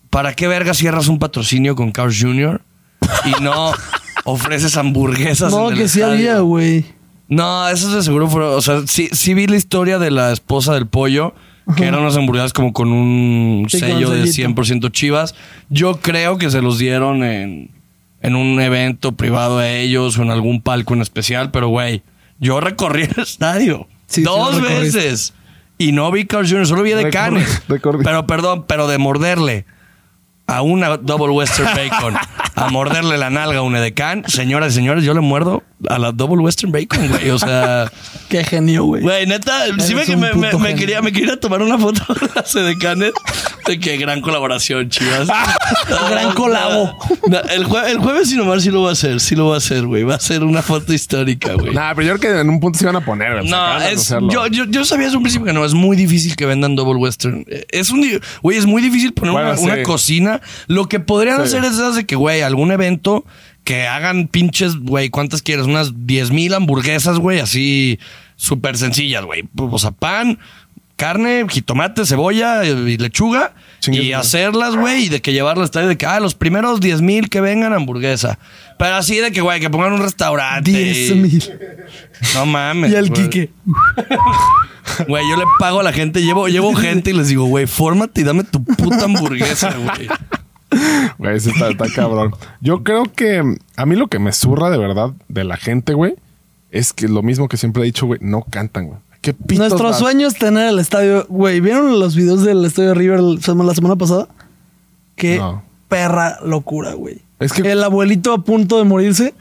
B: ¿Para qué verga cierras un patrocinio con Carl Jr. y no
C: (laughs)
B: ofreces hamburguesas?
C: No,
B: en el
C: que sí
B: estadio?
C: había, güey.
B: No, eso de seguro fue. O sea, sí, sí vi la historia de la esposa del pollo, que eran unas hamburguesas como con un
C: Sí, con un
B: sello de
C: sellito.
B: 100% chivas. Yo creo que se los dieron en, en un evento privado a ellos o en algún palco en especial, pero güey, yo recorrí el (laughs) estadio
C: Sí, sí,
B: dos
C: lo recorriste.
B: veces y no vi Carl Jr., solo vi de
A: Recorri-
B: canes.
A: recorri-
B: Pero perdón, pero de morderle a una Double Western Bacon, a morderle la nalga a un edecán, señoras y señores, yo le muerdo a la Double Western Bacon, güey. O sea,
C: Qué genio, güey.
B: güey, neta, sí me,
C: Eres un
B: me- me-
C: puto
B: me (laughs)
C: genio.
B: quería, me quería tomar una foto de las edecanes De que gran colaboración, chivas.
C: (laughs) Gran colabo.
B: No, el, jue- el jueves sin Omar sí lo va a hacer, sí lo va a hacer, güey. Va a ser una foto histórica, güey.
A: Nah, pero yo creo que en un punto se iban a poner. güey. O sea,
B: No,
A: acaban de
B: es,
A: anunciarlo.
B: yo, yo, yo sabía desde un principio que no, es muy difícil que vendan Double Western. Eh, Es un, di- güey, es muy difícil poner
A: Bueno,
B: una,
A: sí.
B: una cocina. Lo que podrían
A: Sí.
B: hacer es esas de que, güey, algún evento que hagan pinches, güey, ¿cuántas quieres? Unas 10 mil hamburguesas, güey, así súper sencillas, güey. O sea, pan, carne, jitomate, cebolla eh, y lechuga.
A: Chingue
B: y
A: su madre.
B: hacerlas, güey, y de que llevarlas tal de que, ah, los primeros 10 mil que vengan hamburguesa. Pero así de que, güey, que pongan un restaurante.
C: 10
B: y-
C: mil.
B: No mames.
C: Y el
B: güey.
C: Quique.
B: Güey, yo le pago a la gente, llevo,
C: (laughs)
B: llevo gente y les digo, güey, fórmate y dame tu puta
C: (laughs)
B: hamburguesa, güey.
A: (laughs) Güey, sí está, está cabrón. Yo creo que mm, a mí lo que me zurra de verdad de la gente, güey, es que lo mismo que siempre he dicho, güey, no cantan, güey. Qué pitos
C: Nuestro
A: vas?
C: sueño es tener el estadio. Güey, ¿vieron los videos del estadio de River la semana la semana pasada? Qué
A: No.
C: perra locura, güey.
A: Es que-
C: el abuelito a punto de morirse.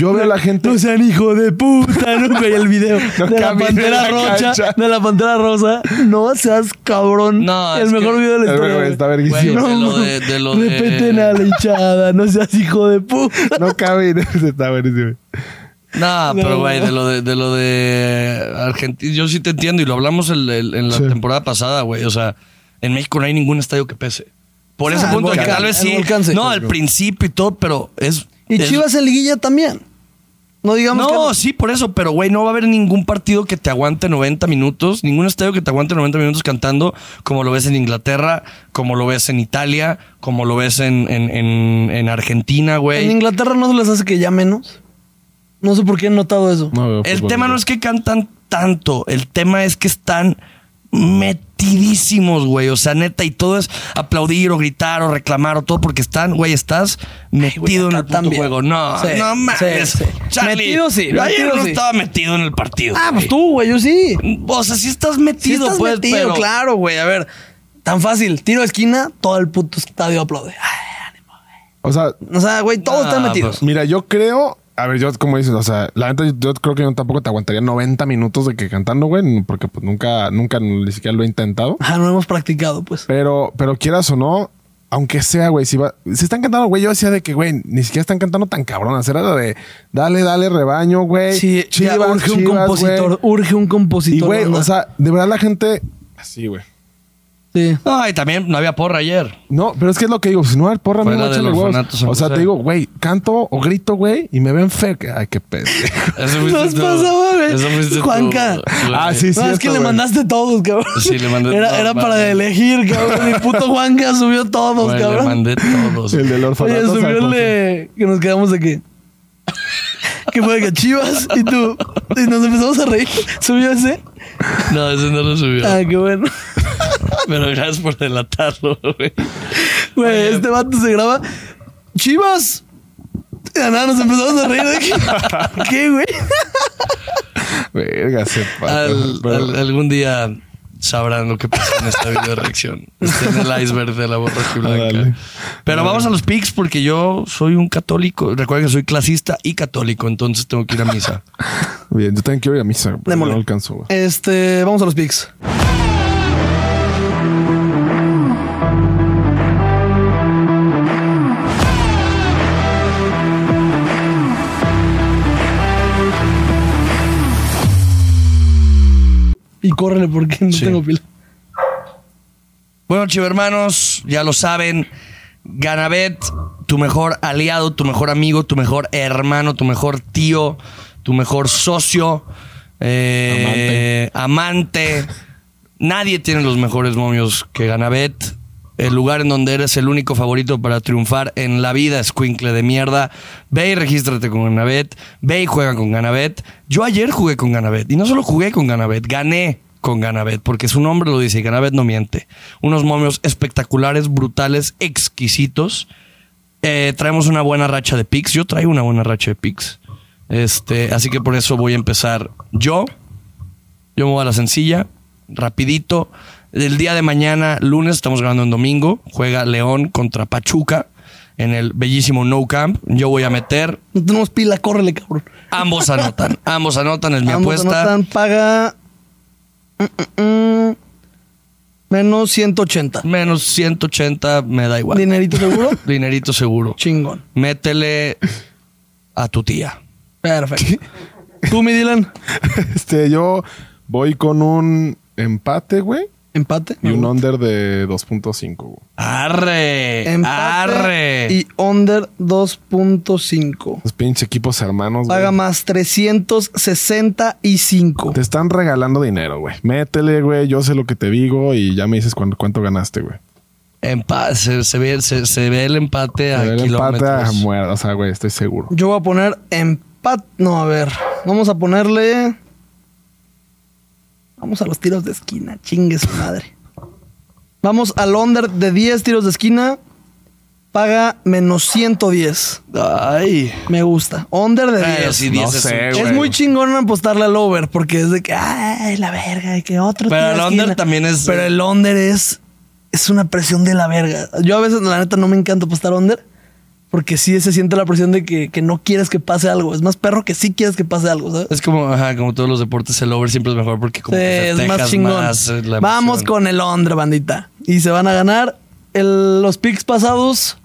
A: Yo veo a la gente.
C: No sean hijo de puta,
A: (laughs)
C: ¿no? Güey, el video
A: No
C: de la
A: camine en
C: pantera
A: la
C: rocha,
A: cancha.
C: de la pantera rosa. No seas cabrón.
B: No,
C: el
B: es
C: mejor
B: que-
C: video de la
A: Eh,
C: historia.
A: güey,
C: güey.
A: está verguísima.
B: Güey, de lo
C: No,
B: de- de lo de-
C: Repeten a la hinchada, no seas hijo de puta.
A: No cabe en ese (laughs) está buenísimo.
B: No, pero
C: No.
B: güey, de lo de, de lo de Argentina, yo sí te entiendo y lo hablamos el- el- en la
A: Sí.
B: temporada pasada, güey. O sea, en México no hay ningún estadio que pese. Por ese
C: Ah, el
B: punto de que
C: volcán,
B: tal vez
C: el
B: sí.
C: volcán se
B: no,
C: cayó.
B: al principio y todo, pero es.
C: Y
B: es-
C: Chivas en liguilla también. No digamos que
B: No, sí, por eso, pero güey, no va a haber ningún partido que te aguante 90 minutos, ningún estadio que te aguante 90 minutos cantando, como lo ves en Inglaterra, como lo ves en Italia, como lo ves en, en- en- en Argentina,
C: En
B: güey.
C: Inglaterra no se les hace que ya menos. No sé por qué he notado eso.
A: No veo
B: El
A: fútbol,
B: tema
A: güey.
B: no es que cantan tanto, el tema es que están metidísimos, güey. O sea, neta, y todo es aplaudir o gritar o reclamar o todo, porque están, güey, estás metido en el
C: acá
B: puto
C: también.
B: juego. No,
C: Sí,
B: no
C: sí,
B: mames.
C: sí.
B: Charlie,
C: Metido sí,
B: yo ayer
C: metido
B: no
C: sí.
B: estaba metido en el partido.
C: Ah,
B: güey.
C: pues tú, güey, yo sí.
B: Mm, O sea, si estás
C: Sí
B: metido,
C: estás
B: pues,
C: metido,
B: pero-
C: claro, güey. A ver, tan fácil. Tiro de esquina, todo el puto estadio aplaude. Ay,
A: O sea,
C: O sea, güey, todos
B: Ah,
C: están metidos.
A: mira, yo creo. A ver, yo, como dices, o sea, la neta, yo, yo creo que yo tampoco te aguantaría 90 minutos de que cantando, güey, porque pues nunca, nunca ni siquiera lo he intentado.
C: Ah, no hemos practicado, pues.
A: Pero, pero quieras o no, aunque sea, güey, si, va- si están cantando, güey, yo decía de que, güey, ni siquiera están cantando tan cabronas. Era lo de dale, dale, rebaño, güey.
C: Sí, ya
A: Chivas,
C: urge un
A: Chivas,
C: compositor,
A: güey.
C: urge un compositor.
A: Y, güey,
C: banda.
A: o sea, de verdad la gente. Así, güey.
C: sí.
B: No, y también no había porra ayer.
A: No, pero es que es lo que digo. Si no, el porra,
B: Fue
A: amigo,
B: la del
A: échale huevos.
B: orfanato San
A: O sea,
B: José.
A: te digo, güey, canto o grito, güey, y me ven feo. Ay, qué pedo.
B: Eso
C: Nos pasó, güey. Juanca.
A: Ah, sí,
C: No, es
A: cierto,
C: que le
A: güey.
C: mandaste todos, cabrón.
B: Sí, le mandé
C: Era,
B: todo,
C: era para
B: madre.
C: elegir, cabrón. Mi puto Juanca subió todos,
B: Güey, le
C: cabrón.
B: mandé todos.
A: el del orfanato.
C: Oye,
A: San
C: subió el
A: José.
C: de que nos quedamos de que. Que fue de que chivas y tú. Y nos empezamos a reír. Subió ese.
B: No, ese no lo subió.
C: Ah, qué bueno.
B: Pero gracias por delatarlo, güey.
C: Güey, este vato se graba. Chivas. Y de nada, nos empezamos a reír. De que, ¿Qué, güey?
A: Verga, se pasa.
B: Al-
A: Pero-
B: al- algún día sabrán lo que pasa en esta video reacción. Está en el iceberg de la voz
A: Ah,
B: blanca.
A: dale.
B: Pero vamos a los pics porque yo soy un católico. Recuerden que soy clasista y católico, entonces tengo que ir a misa.
A: Bien, yo también quiero ir a misa. pero
C: Démosle.
A: No alcanzo, güey.
C: Este, vamos a los pics. Y córrele porque no
B: Sí.
C: tengo pila.
B: Bueno, chivo hermanos, ya lo saben. Ganabet, tu mejor aliado, tu mejor amigo, tu mejor hermano, tu mejor tío, tu mejor socio, eh, amante. Nadie tiene los mejores momios que Ganabet. El lugar en donde eres el único favorito para triunfar en la vida, escuincle de mierda. Ve y regístrate con Ganabet. Ve y juega con Ganabet. Yo ayer jugué con Ganabet. Y no solo jugué con Ganabet, gané con Ganabet, porque su nombre lo dice, y Ganabet no miente. Unos momios espectaculares, brutales, exquisitos. Eh, traemos una buena racha de picks. Yo traigo una buena racha de picks. Este, así que por eso voy a empezar yo. Yo me voy a la sencilla, rapidito. El día de mañana, lunes, estamos grabando en domingo, juega León contra Pachuca en el bellísimo No Camp. Yo voy a meter,
C: No tenemos pila, córrele, cabrón. Ah,
B: ambos
C: pues, (laughs)
B: anotan, ambos anotan, es mi
C: Ambos
B: apuesta.
C: anotan, paga. Mm, mm, mm. Menos 180.
B: Menos 180, me da igual.
C: Dinerito seguro. (laughs)
B: Dinerito seguro.
C: Chingón.
B: Métele a tu tía.
C: Perfecto. Tú, mi Dylan.
A: Este, yo voy con un empate, güey.
C: Empate.
A: Y un under de 2.5, güey.
B: Arre.
C: Empate
B: arre.
C: Y under 2.5.
A: Los pinches equipos hermanos, güey.
C: Paga más 365.
A: Te están regalando dinero, güey. Métele, güey. Yo sé lo que te digo y ya me dices cuánto, cuánto ganaste, güey.
B: Empa- se, se ve, se, se ve el empate a
A: Pero El
B: kilómetros.
A: empate a muerda, o sea, güey, estoy seguro.
C: Yo voy a poner empate. No, a ver. Vamos a ponerle. Vamos a los tiros de esquina. Chingue su madre. Vamos al under de 10 tiros de esquina. Paga menos 110.
B: Ay.
C: Me gusta. Under de 10.
B: Pero si 10
A: No
B: es
A: sé,
B: un-
A: güey.
C: Es muy chingón apostarle al over porque es de que, ay, la verga, de que otro.
B: Pero
C: tiro de
B: el
C: esquina.
B: under también es- eh,
C: Pero el under es. Es una presión de la verga. Yo a veces, la neta, no me encanta apostar under porque sí se siente la presión de que, que no quieres que pase algo. Es más perro que sí quieres que pase algo, ¿sabes?
B: Es como, ajá, como todos los deportes, el over siempre es mejor porque como
C: Sí,
B: que
C: es
B: festejas
C: más chingón.
B: más, eh, la
C: Vamos
B: emoción.
C: con el under, bandita. Y se van a ganar. El- los picks pasados,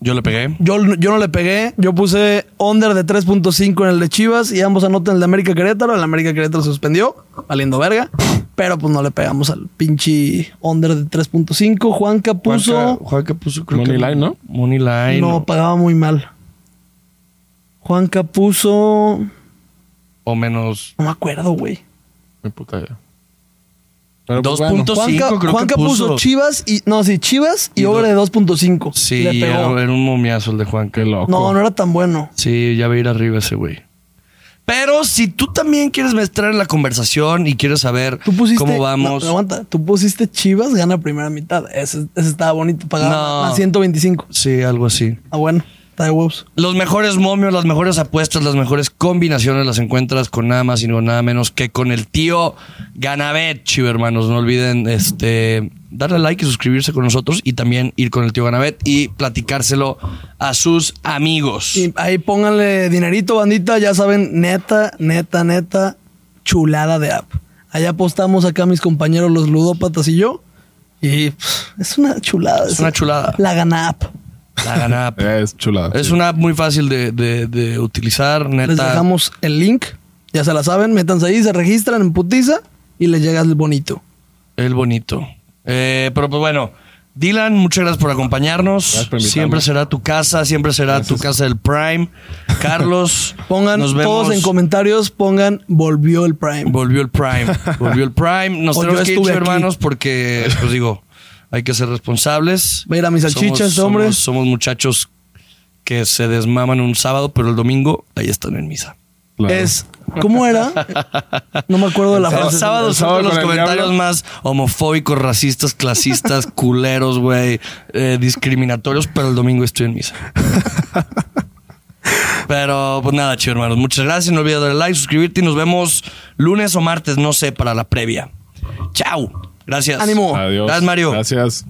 B: Yo le pegué.
C: yo, yo no le pegué. Yo puse under de 3.5 en el de Chivas y ambos anotan el de América Querétaro. El América Querétaro se suspendió, valiendo verga. Pero pues no le pegamos al pinche under de 3.5. Juanca puso.
B: Juanca, Juanca puso, creo
A: Money
B: que-
A: line, ¿no?
B: Money line.
C: no,
B: o-
C: pagaba muy mal. Juanca puso.
B: O menos
C: No me acuerdo, güey.
A: Mi puta idea. Pero, pues, bueno.
B: 2.5
C: Juanca,
B: creo que
C: Juanca puso.
B: puso.
C: Chivas y. No, sí, Chivas y,
B: Y
C: over
B: do-
C: de 2.5.
B: Sí,
C: Le
B: era,
C: pegó.
B: era un momiazo el de Juanca.
A: Qué loco.
C: No, no era tan bueno.
B: Sí, ya va a ir arriba ese güey. Pero si tú también quieres mezclar en la conversación y quieres saber
C: Tú pusiste.
B: cómo vamos.
C: no, aguanta. Tú pusiste Chivas, gana primera mitad. Ese, ese estaba bonito. Pagaba
B: No.
C: a 125.
B: Sí, algo así.
C: Ah, bueno. Está de huevos.
B: Los mejores momios, las mejores apuestas, las mejores combinaciones las encuentras con nada más y no nada menos que con el tío Ganabet, chivo hermanos. No olviden este, darle like y suscribirse con nosotros y también ir con el tío Ganabet y platicárselo a sus amigos.
C: Y ahí pónganle dinerito, bandita. Ya saben, neta, neta, neta, chulada de app. Allá apostamos acá mis compañeros, los ludópatas y yo. Y pff, es una chulada.
B: Es una chulada.
C: La gana app.
B: La Ganap.
A: (laughs) Es chulada.
B: es
A: sí.
B: una app muy fácil de, de- de utilizar,
C: Les
B: neta.
C: dejamos el link. Ya se la saben. Métanse ahí, se registran en putiza y les llega el bonito.
B: El bonito. Eh, pero pues bueno, Dylan, muchas gracias por acompañarnos.
A: Gracias por invitarme.
B: siempre será tu casa, siempre será tu casa del Prime. Carlos,
C: (laughs) Pongan
B: nos vemos.
C: todos en comentarios, pongan volvió el Prime.
B: Volvió el Prime. Volvió el Prime. Nos
C: O
B: tenemos
C: yo
B: que ir,
C: estuve aquí.
B: hermanos, porque, pues digo, hay que ser responsables.
C: Voy a ir a mis salchichas,
B: somos,
C: hombre.
B: Somos, somos muchachos que se desmaman un sábado, pero el domingo ahí están en misa.
A: Claro.
C: Es, ¿cómo era? No me acuerdo de la
B: El
C: frase.
B: sábado
A: el
B: son
A: sábado
B: los
A: con el
B: comentarios
A: diablo.
B: más homofóbicos, racistas, clasistas, (laughs) culeros, güey, eh, discriminatorios, pero el domingo estoy en misa. Pero pues nada, chido hermanos, muchas gracias, no olvides darle like, suscribirte y nos vemos lunes o martes, no sé, para la previa. Chao, gracias.
C: Ánimo.
A: Adiós.
B: Gracias Mario.
A: Gracias.